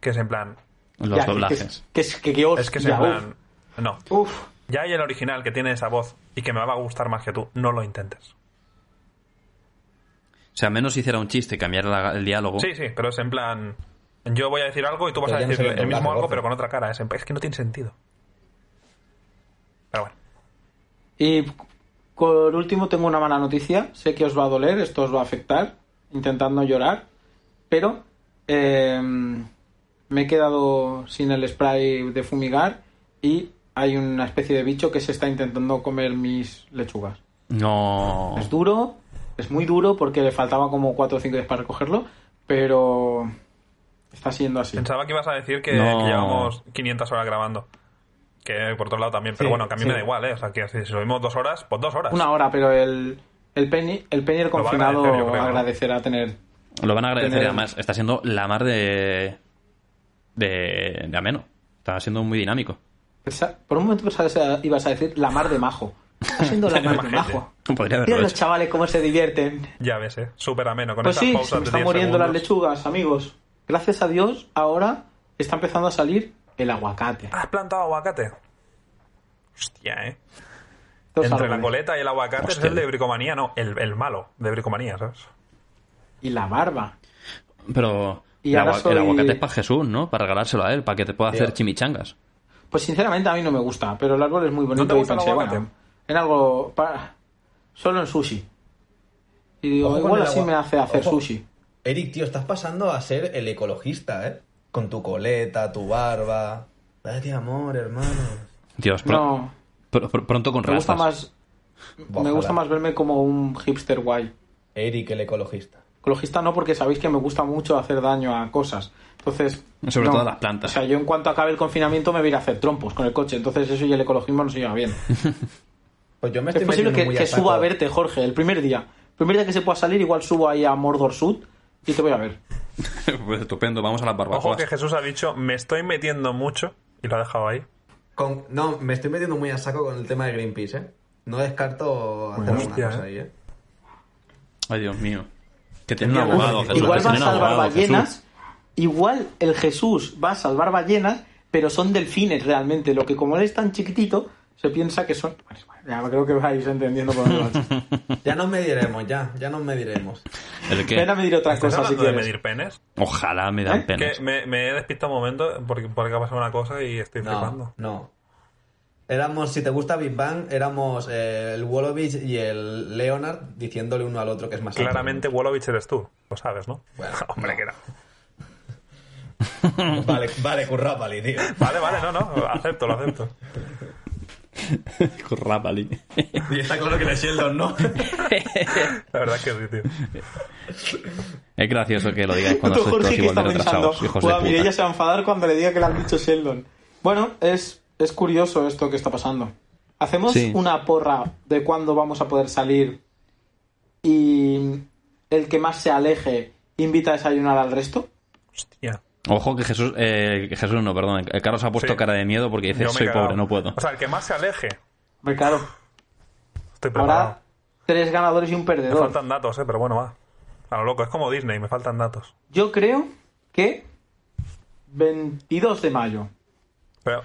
Speaker 4: Que es en plan...
Speaker 1: Los
Speaker 2: Ya, que-
Speaker 1: doblajes.
Speaker 2: Que, que, que, que os-
Speaker 4: Es que es
Speaker 2: ya,
Speaker 4: en plan... No.
Speaker 2: uf. Uf.
Speaker 4: Ya hay el original que tiene esa voz y que me va a gustar más que tú. No lo intentes.
Speaker 1: O sea, menos si hiciera un chiste, cambiar la- el diálogo.
Speaker 4: Sí, sí, pero es en plan. Yo voy a decir algo y tú vas
Speaker 3: Uh. Pero
Speaker 4: a
Speaker 3: ya no
Speaker 4: decir
Speaker 3: se ve
Speaker 4: el
Speaker 3: doblaje,
Speaker 4: mismo algo,
Speaker 3: Gorka.
Speaker 4: pero con otra cara. Es, en- es que no tiene sentido. Pero bueno.
Speaker 2: Y por último tengo una mala noticia. Sé que os va a doler, esto os va a afectar, intentando llorar, pero eh, me he quedado sin el spray de fumigar y hay una especie de bicho que se está intentando comer mis lechugas.
Speaker 1: No.
Speaker 4: Oh.
Speaker 2: Es duro, es muy duro porque le faltaba como 4 o 5 días para recogerlo, pero está siendo así.
Speaker 4: Pensaba que ibas a decir que,
Speaker 1: No.
Speaker 4: que llevamos 500 horas grabando. Que por otro lado también. Pero
Speaker 2: Sí,
Speaker 4: bueno, que a mí
Speaker 2: sí.
Speaker 4: me da igual, ¿eh? O sea, que si subimos dos horas, pues dos horas.
Speaker 2: Una hora, pero el, el Penny, el Penny el
Speaker 4: va a
Speaker 2: confinado
Speaker 4: agradecer, yo creo, ¿no?
Speaker 2: agradecerá tener
Speaker 1: Lo van a agradecer
Speaker 2: Tener-
Speaker 1: además. Está siendo la mar de... de. de ameno. Está siendo muy dinámico.
Speaker 2: Pensa- Por un momento pensaba que ibas a decir la mar de majo. Está siendo la mar de
Speaker 4: Majete.
Speaker 2: majo.
Speaker 1: Podría
Speaker 2: Mira
Speaker 1: haberlo
Speaker 2: los
Speaker 1: hecho.
Speaker 2: chavales cómo se divierten.
Speaker 4: Ya ves, ¿eh? Súper ameno. Con
Speaker 2: Pues
Speaker 4: esas
Speaker 2: sí,
Speaker 4: pausas
Speaker 2: se me
Speaker 4: de
Speaker 2: están
Speaker 4: 10
Speaker 2: muriendo las
Speaker 4: segundos.
Speaker 2: lechugas, amigos. Gracias a Dios, ahora está empezando a salir el aguacate.
Speaker 4: ¿Has plantado aguacate? Hostia, ¿eh?
Speaker 2: Dos
Speaker 4: Entre la
Speaker 2: árboles.
Speaker 4: coleta y el aguacate es
Speaker 1: Hostia.
Speaker 4: el de bricomanía, no, el, el malo de bricomanía, ¿sabes?
Speaker 2: Y la barba.
Speaker 1: Pero.
Speaker 2: Y
Speaker 1: el,
Speaker 2: ahora
Speaker 1: agua-
Speaker 2: soy-
Speaker 1: el aguacate es para Jesús, ¿no? Para regalárselo a él, para que te pueda
Speaker 3: Tío.
Speaker 1: hacer chimichangas.
Speaker 2: Pues sinceramente a mí no me gusta, pero el árbol es muy bonito
Speaker 4: ¿No te
Speaker 2: y
Speaker 4: gusta el
Speaker 2: pensé,
Speaker 4: aguacate?
Speaker 2: bueno, en algo para... Solo en sushi. Y digo,
Speaker 3: Ojo con
Speaker 2: igual
Speaker 3: el
Speaker 2: así
Speaker 3: agua-
Speaker 2: me hace hacer
Speaker 3: ojo.
Speaker 2: sushi.
Speaker 3: Eric, tío, estás pasando a ser el ecologista, ¿eh? Con tu coleta, tu barba. Date amor, hermano.
Speaker 1: Dios, pro-
Speaker 2: No,
Speaker 1: pro- pro- pronto con
Speaker 2: me gusta
Speaker 1: rastas.
Speaker 2: más... Me
Speaker 3: Ojalá.
Speaker 2: gusta más verme como un hipster guay.
Speaker 3: Eric, el ecologista.
Speaker 2: Ecologista no, porque sabéis que me gusta mucho hacer daño a cosas. Entonces.
Speaker 1: Sobre
Speaker 2: no.
Speaker 1: todo a las plantas.
Speaker 2: O sea, yo en cuanto acabe el confinamiento me voy a ir a hacer trompos con el coche. Entonces, eso y el ecologismo no se lleva bien.
Speaker 3: Pues yo me
Speaker 2: es
Speaker 3: estoy
Speaker 2: posible
Speaker 3: metiendo
Speaker 2: que,
Speaker 3: muy
Speaker 2: que
Speaker 3: saco.
Speaker 2: suba a verte, Jorge, el primer día. El primer día que se pueda salir, igual subo ahí a Mordor Sud y te voy a ver.
Speaker 1: *laughs* Pues estupendo, vamos a las
Speaker 4: Ojo
Speaker 1: barbacoas.
Speaker 4: que Jesús ha dicho, me estoy metiendo mucho y lo ha dejado ahí.
Speaker 3: Con- No, me estoy metiendo muy a saco con el tema de Greenpeace, ¿eh? No descarto hacer alguna
Speaker 4: hostia,
Speaker 3: cosa
Speaker 4: ¿eh?
Speaker 3: ahí, ¿eh?
Speaker 1: Ay, Dios mío. Que tiene un
Speaker 3: Mira,
Speaker 1: abogado,
Speaker 3: uf,
Speaker 1: Jesús.
Speaker 2: igual
Speaker 1: que
Speaker 2: va a
Speaker 1: tiene un
Speaker 2: salvar
Speaker 1: abogado,
Speaker 2: ballenas.
Speaker 1: Jesús.
Speaker 2: Igual el Jesús va a salvar ballenas, pero son delfines realmente. Lo que, como él es tan chiquitito, se piensa que son. Bueno, ya creo que vais entendiendo por dónde va el
Speaker 1: *laughs*
Speaker 2: chiste.
Speaker 3: Ya nos mediremos, ya. Ya nos
Speaker 4: *laughs*
Speaker 3: mediremos.
Speaker 1: ¿El qué?
Speaker 2: Ven a medir otra
Speaker 4: ¿Estás
Speaker 2: cosa si
Speaker 4: hablando de
Speaker 2: quieres.
Speaker 4: medir penes?
Speaker 1: Ojalá me
Speaker 2: ¿Eh?
Speaker 1: dan
Speaker 4: Que
Speaker 1: penas.
Speaker 4: me, me he despistado un momento porque, porque ha pasado una cosa y estoy flipando.
Speaker 3: No, no. Éramos, si te gusta Big Bang, éramos eh, el Wolowitz y el Leonard diciéndole uno al otro que es más alto.
Speaker 4: Claramente Wolowitz eres tú, lo sabes, ¿no?
Speaker 3: Bueno,
Speaker 4: *laughs* Hombre,
Speaker 3: no.
Speaker 4: que era.
Speaker 3: *laughs* Vale, vale, currápali, tío.
Speaker 2: *laughs*
Speaker 4: Vale, vale, no, no, acepto, lo acepto.
Speaker 1: Rapali.
Speaker 3: Y está claro que la
Speaker 2: *laughs*
Speaker 3: Sheldon no.
Speaker 4: La verdad es que sí, tío.
Speaker 1: *laughs* Es gracioso que lo
Speaker 2: *laughs*
Speaker 1: digáis cuando
Speaker 2: Otro
Speaker 1: sois todos
Speaker 2: Jorge que
Speaker 1: igual de
Speaker 2: está pensando.
Speaker 1: retrasados, hijos de
Speaker 2: "Buah, Mireia
Speaker 1: puta.
Speaker 2: se va a enfadar cuando le diga que le han dicho Sheldon. Bueno, es, es curioso esto que está pasando. Hacemos
Speaker 1: Sí.
Speaker 2: una porra de cuándo vamos a poder salir y el que más se aleje invita a desayunar al resto.
Speaker 4: Hostia.
Speaker 1: Ojo que Jesús, eh, que Jesús no, perdón, eh, Carlos ha puesto
Speaker 4: Sí.
Speaker 1: cara de miedo porque dice
Speaker 4: Yo me he
Speaker 1: soy
Speaker 4: cagado.
Speaker 1: pobre, no puedo.
Speaker 4: O sea, el que más se aleje.
Speaker 2: Hombre, claro,
Speaker 4: Estoy preparado.
Speaker 2: ahora tres ganadores y un
Speaker 4: Me
Speaker 2: perdedor.
Speaker 4: faltan datos, eh, pero bueno, va. A lo loco, es como Disney, me faltan datos.
Speaker 2: Yo creo que 22 de mayo.
Speaker 4: Pero,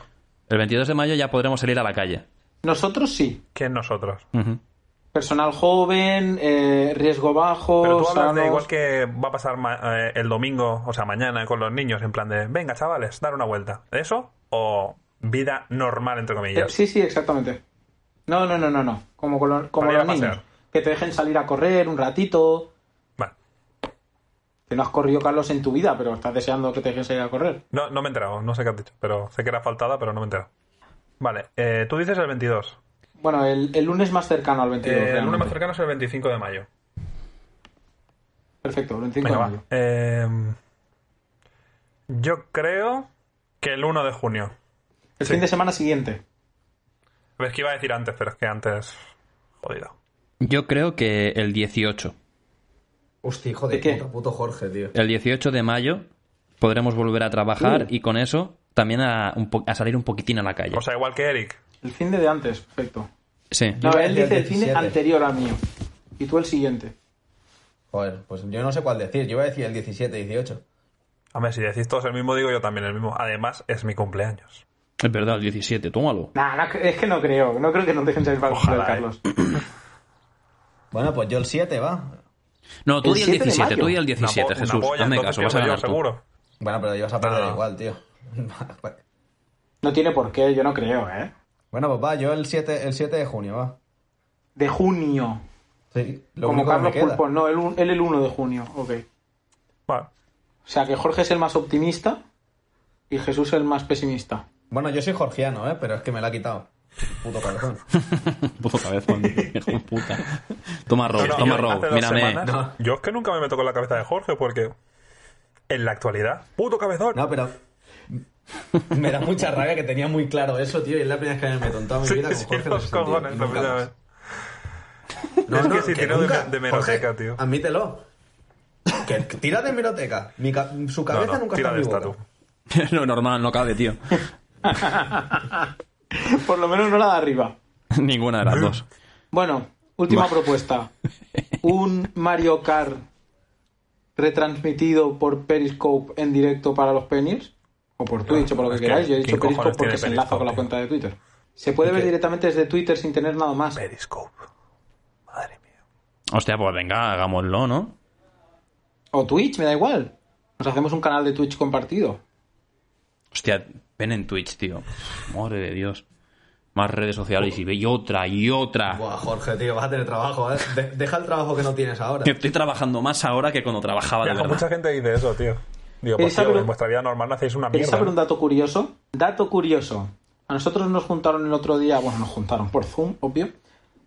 Speaker 1: El 22 de mayo ya podremos salir a la calle.
Speaker 2: Nosotros sí.
Speaker 4: ¿quién nosotros?
Speaker 1: Ujú.
Speaker 2: Personal joven, eh, riesgo bajo.
Speaker 4: Pero tú hablas de
Speaker 2: sanos.
Speaker 4: igual que va a pasar ma- eh, el domingo, o sea, mañana con los niños, en plan de, venga, chavales, dar una vuelta. ¿Eso? ¿O vida normal, entre
Speaker 2: Eh,
Speaker 4: comillas?
Speaker 2: Sí, sí, exactamente. No, no, no, no, no. Como, con lo- como
Speaker 4: Para ir
Speaker 2: los
Speaker 4: a
Speaker 2: niños.
Speaker 4: pasear.
Speaker 2: Que te dejen salir a correr un ratito.
Speaker 4: Vale.
Speaker 2: Que no has corrido, Carlos, en tu vida, pero estás deseando que te dejen salir a correr.
Speaker 4: No, no me he enterado, no sé qué has dicho, pero sé que era faltada, pero no me he enterado. Vale, eh, tú dices el 22.
Speaker 2: Bueno, el, el lunes más cercano al 22.
Speaker 4: Eh, el lunes
Speaker 2: realmente.
Speaker 4: más cercano es el 25 de mayo.
Speaker 2: Perfecto, el 25
Speaker 4: Venga,
Speaker 2: de
Speaker 4: va.
Speaker 2: mayo.
Speaker 4: Eh, yo creo que el 1 de junio.
Speaker 2: El
Speaker 4: Sí.
Speaker 2: fin de semana siguiente.
Speaker 4: Ves que iba a decir antes, pero es que antes. Jodido.
Speaker 1: Yo creo que el 18.
Speaker 3: Hostia, hijo
Speaker 2: de ¿De qué? puta,
Speaker 3: puto Jorge, tío.
Speaker 1: El 18 de mayo podremos volver a trabajar y con eso también a, un po- a salir un poquitín a la calle.
Speaker 4: O sea, igual que Eric.
Speaker 2: El fin de, de antes, perfecto.
Speaker 1: sí.
Speaker 2: No,
Speaker 3: Yo
Speaker 2: él
Speaker 3: el
Speaker 2: dice el
Speaker 3: 17.
Speaker 2: fin anterior al mío. Y tú el siguiente.
Speaker 3: Joder, pues yo no sé cuál decir. Yo iba a decir el 17, 18.
Speaker 4: Hombre, si decís todos el mismo, digo yo también el mismo. Además, es mi cumpleaños.
Speaker 1: Es verdad, el 17, tómalo.
Speaker 2: Nah, no cre- es que no creo. No creo que nos dejen salir para correr,
Speaker 4: Ojalá, eh.
Speaker 2: Carlos.
Speaker 3: Bueno, pues yo el 7, va.
Speaker 1: No, tú
Speaker 2: El
Speaker 1: di el
Speaker 2: 7 de
Speaker 1: 17,
Speaker 2: mayo.
Speaker 1: tú di el
Speaker 4: Una
Speaker 1: 17,
Speaker 4: po-
Speaker 1: Jesús.
Speaker 4: Una polla,
Speaker 1: Hazme
Speaker 4: entonces
Speaker 1: caso, vas a
Speaker 4: pierdo yo,
Speaker 1: ganar tú. *laughs*
Speaker 4: seguro.
Speaker 3: Bueno, pero ibas a perder
Speaker 4: no.
Speaker 3: igual, tío. *laughs*
Speaker 2: No tiene por qué, yo no creo, ¿eh?
Speaker 3: bueno, pues va, yo el 7, el 7 de junio, va.
Speaker 2: De junio.
Speaker 3: Sí, lo
Speaker 2: como
Speaker 3: único que me
Speaker 2: Carlos
Speaker 3: queda.
Speaker 2: Pulpo. No, él, un- él el 1 de junio. Ok.
Speaker 4: Vale.
Speaker 2: O sea que Jorge es el más optimista y Jesús el más pesimista. *laughs*
Speaker 3: Bueno, yo soy jorgiano, ¿eh? Pero es que me la ha quitado. Puto corazón.
Speaker 1: Puto cabezón,
Speaker 4: *laughs*
Speaker 1: hijo de puta. Toma Rob,
Speaker 4: No, no,
Speaker 1: toma
Speaker 4: yo hace
Speaker 1: Rob,
Speaker 4: dos
Speaker 1: mírame. *laughs*
Speaker 4: semanas- Yo es que nunca me meto con la cabeza de Jorge porque. En la actualidad, puto cabezón.
Speaker 3: No,
Speaker 4: *laughs*
Speaker 3: pero... Me da mucha rabia que tenía muy claro eso, tío. Y es la primera vez que me he tontado en mi
Speaker 4: Sí,
Speaker 3: vida con
Speaker 4: sí,
Speaker 3: Jorge. en
Speaker 4: los
Speaker 3: ese sentido.
Speaker 4: cojones, la
Speaker 3: Nunca
Speaker 4: primera
Speaker 3: más.
Speaker 4: vez. Es que sí tiró de- de hemeroteca,
Speaker 3: Jorge,
Speaker 4: tío.
Speaker 3: Admítelo. Que tira de meroteca. su
Speaker 4: No,
Speaker 3: cabeza
Speaker 4: no,
Speaker 3: nunca está
Speaker 4: tira
Speaker 3: en
Speaker 4: de
Speaker 3: mi
Speaker 4: esta,
Speaker 3: boca.
Speaker 4: tú.
Speaker 1: no, normal, no cabe, tío. *laughs*
Speaker 2: Por lo menos no la de arriba.
Speaker 1: Ninguna de las dos.
Speaker 2: Bueno, última
Speaker 4: *laughs*
Speaker 2: propuesta. Un Mario Kart retransmitido por Periscope en directo para los pennies. O por Twitch, o por lo que
Speaker 4: es que,
Speaker 2: queráis. Yo he
Speaker 4: ¿quién
Speaker 2: dicho Periscope
Speaker 4: cojones
Speaker 2: porque
Speaker 4: tiene
Speaker 2: se enlaza
Speaker 4: Periscope,
Speaker 2: con la
Speaker 4: tío?
Speaker 2: cuenta de Twitter. Se puede ver directamente desde Twitter sin tener nada más.
Speaker 4: Periscope. Madre mía.
Speaker 1: Hostia, pues venga, hagámoslo, ¿no?
Speaker 2: O Twitch, me da igual. Nos hacemos un canal de Twitch compartido.
Speaker 1: Hostia, ven en Twitch, tío. Madre de Dios. Más redes sociales y ve y otra y otra.
Speaker 3: Buah, Jorge, tío, vas a tener trabajo, ¿eh? De- deja el trabajo que no tienes ahora.
Speaker 1: Que estoy trabajando más ahora que cuando trabajaba de
Speaker 4: Mira,
Speaker 1: verdad.
Speaker 4: mucha gente dice eso, tío. Digo,
Speaker 2: Pero
Speaker 4: pues tío,
Speaker 2: sabe lo-
Speaker 4: en vuestra vida normal no hacéis una
Speaker 2: ¿Queréis
Speaker 4: mierda.
Speaker 2: saber un dato curioso? Dato curioso. A nosotros nos juntaron el otro día, bueno, nos juntaron por Zoom, obvio,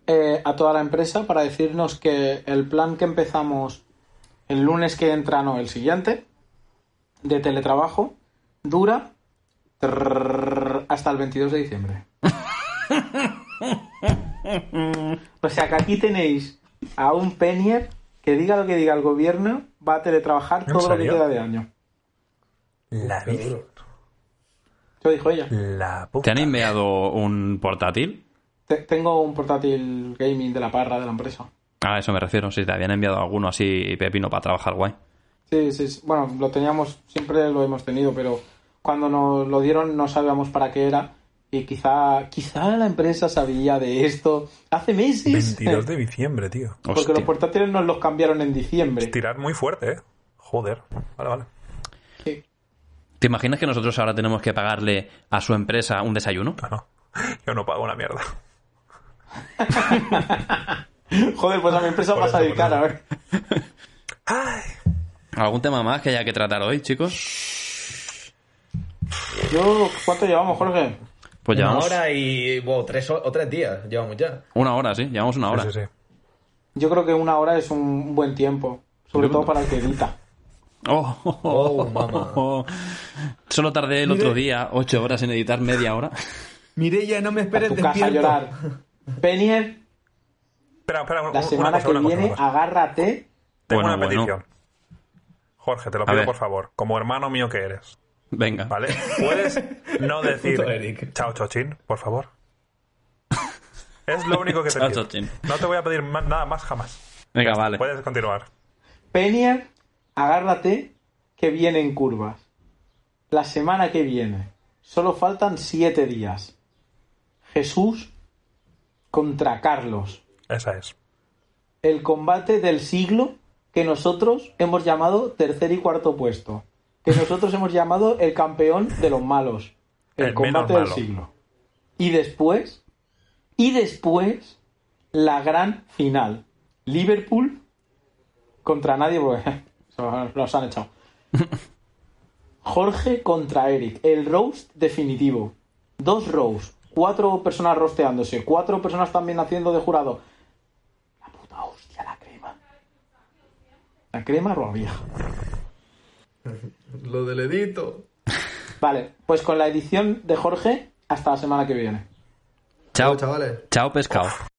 Speaker 2: eh, a toda la empresa para decirnos que el plan que empezamos el lunes que entra, no, el siguiente, de teletrabajo, dura trrrr, hasta el 22 de
Speaker 4: *laughs*
Speaker 2: diciembre. o sea que aquí tenéis a un Penier que diga lo que diga el gobierno, va a teletrabajar
Speaker 4: ¿En
Speaker 2: todo lo que
Speaker 4: serio?
Speaker 2: queda de año.
Speaker 4: La vida.
Speaker 2: Eso dijo ella.
Speaker 4: La
Speaker 1: ¿Te
Speaker 4: puta.
Speaker 1: han enviado un portátil?
Speaker 2: Te- Tengo un portátil gaming de la parra de la empresa.
Speaker 1: A eso me refiero, si te habían enviado alguno así pepino para trabajar guay.
Speaker 2: Sí, sí, sí. bueno, lo teníamos, siempre lo hemos tenido, pero cuando nos lo dieron no sabíamos para qué era y quizá, quizá la empresa sabía de esto hace meses.
Speaker 4: 22 de diciembre, tío.
Speaker 2: *laughs* Porque
Speaker 1: Hostia.
Speaker 2: los portátiles nos los cambiaron en diciembre.
Speaker 4: Tirar muy fuerte, eh. Joder. Vale, vale.
Speaker 2: Sí.
Speaker 1: ¿Te imaginas que nosotros ahora tenemos que pagarle a su empresa un desayuno?
Speaker 4: Ah, No, *laughs* no. Yo no pago una mierda.
Speaker 2: Joder, pues a mi empresa
Speaker 4: Por
Speaker 2: va a
Speaker 4: eso,
Speaker 2: salir
Speaker 4: por
Speaker 2: cara. ¿eh?
Speaker 4: eso.
Speaker 2: a ver.
Speaker 1: ¿Algún tema más que haya que tratar hoy, chicos?
Speaker 2: Yo, ¿cuánto llevamos, Jorge?
Speaker 1: Pues
Speaker 3: una
Speaker 1: llevamos
Speaker 3: hora y wow, tres, ho- o tres días llevamos ya.
Speaker 1: una hora, sí, llevamos una hora.
Speaker 4: Sí, sí, sí.
Speaker 2: Yo creo que una hora es un buen tiempo, sobre todo para el que edita.
Speaker 1: Oh, *laughs* oh, oh,
Speaker 3: Oh, mamá.
Speaker 1: oh. Solo tardé el otro día ocho horas en editar media hora.
Speaker 3: Mireya, no me
Speaker 2: A
Speaker 3: esperes
Speaker 2: tu casa a
Speaker 3: despierto.
Speaker 2: llorar. Penier,
Speaker 4: Espera, espera, un-
Speaker 2: la
Speaker 4: una
Speaker 2: semana
Speaker 4: cosa,
Speaker 2: que
Speaker 4: una cosa,
Speaker 2: viene,
Speaker 4: una cosa.
Speaker 2: agárrate.
Speaker 4: Tengo
Speaker 1: Bueno,
Speaker 4: una
Speaker 1: bueno.
Speaker 4: petición. Jorge, te lo
Speaker 1: A
Speaker 4: pido
Speaker 1: ver.
Speaker 4: por favor, como hermano mío que eres,
Speaker 1: Venga.
Speaker 4: ¿vale? Puedes
Speaker 3: *laughs*
Speaker 4: no decir
Speaker 3: Puto Eric.
Speaker 4: chao chochín, por favor. Es lo único que te
Speaker 1: Chao,
Speaker 4: pido.
Speaker 1: chochín.
Speaker 4: No te voy a pedir ma- nada más jamás.
Speaker 1: Venga, vale.
Speaker 4: Puedes continuar.
Speaker 2: Penier, agárrate, que vienen curvas. La semana que viene. Solo faltan siete días. Jesús contra Carlos.
Speaker 4: Esa es.
Speaker 2: el combate del siglo que nosotros hemos llamado tercer y cuarto puesto. Que nosotros hemos llamado el campeón de los malos. El,
Speaker 4: El menos
Speaker 2: combate del
Speaker 4: malo.
Speaker 2: siglo. Y después, y después, la gran final. Liverpool contra nadie, *laughs* porque los han
Speaker 4: *laughs*
Speaker 2: echado. Jorge contra Eric. El roast definitivo. Dos roasts. Cuatro personas rosteándose. Cuatro personas también haciendo de jurado. La puta hostia, la crema. La crema vieja.
Speaker 3: Lo del edito.
Speaker 2: Vale, pues con la edición de Jorge, hasta la semana que viene.
Speaker 1: Chao.
Speaker 3: chavales.
Speaker 1: Chao, pescado.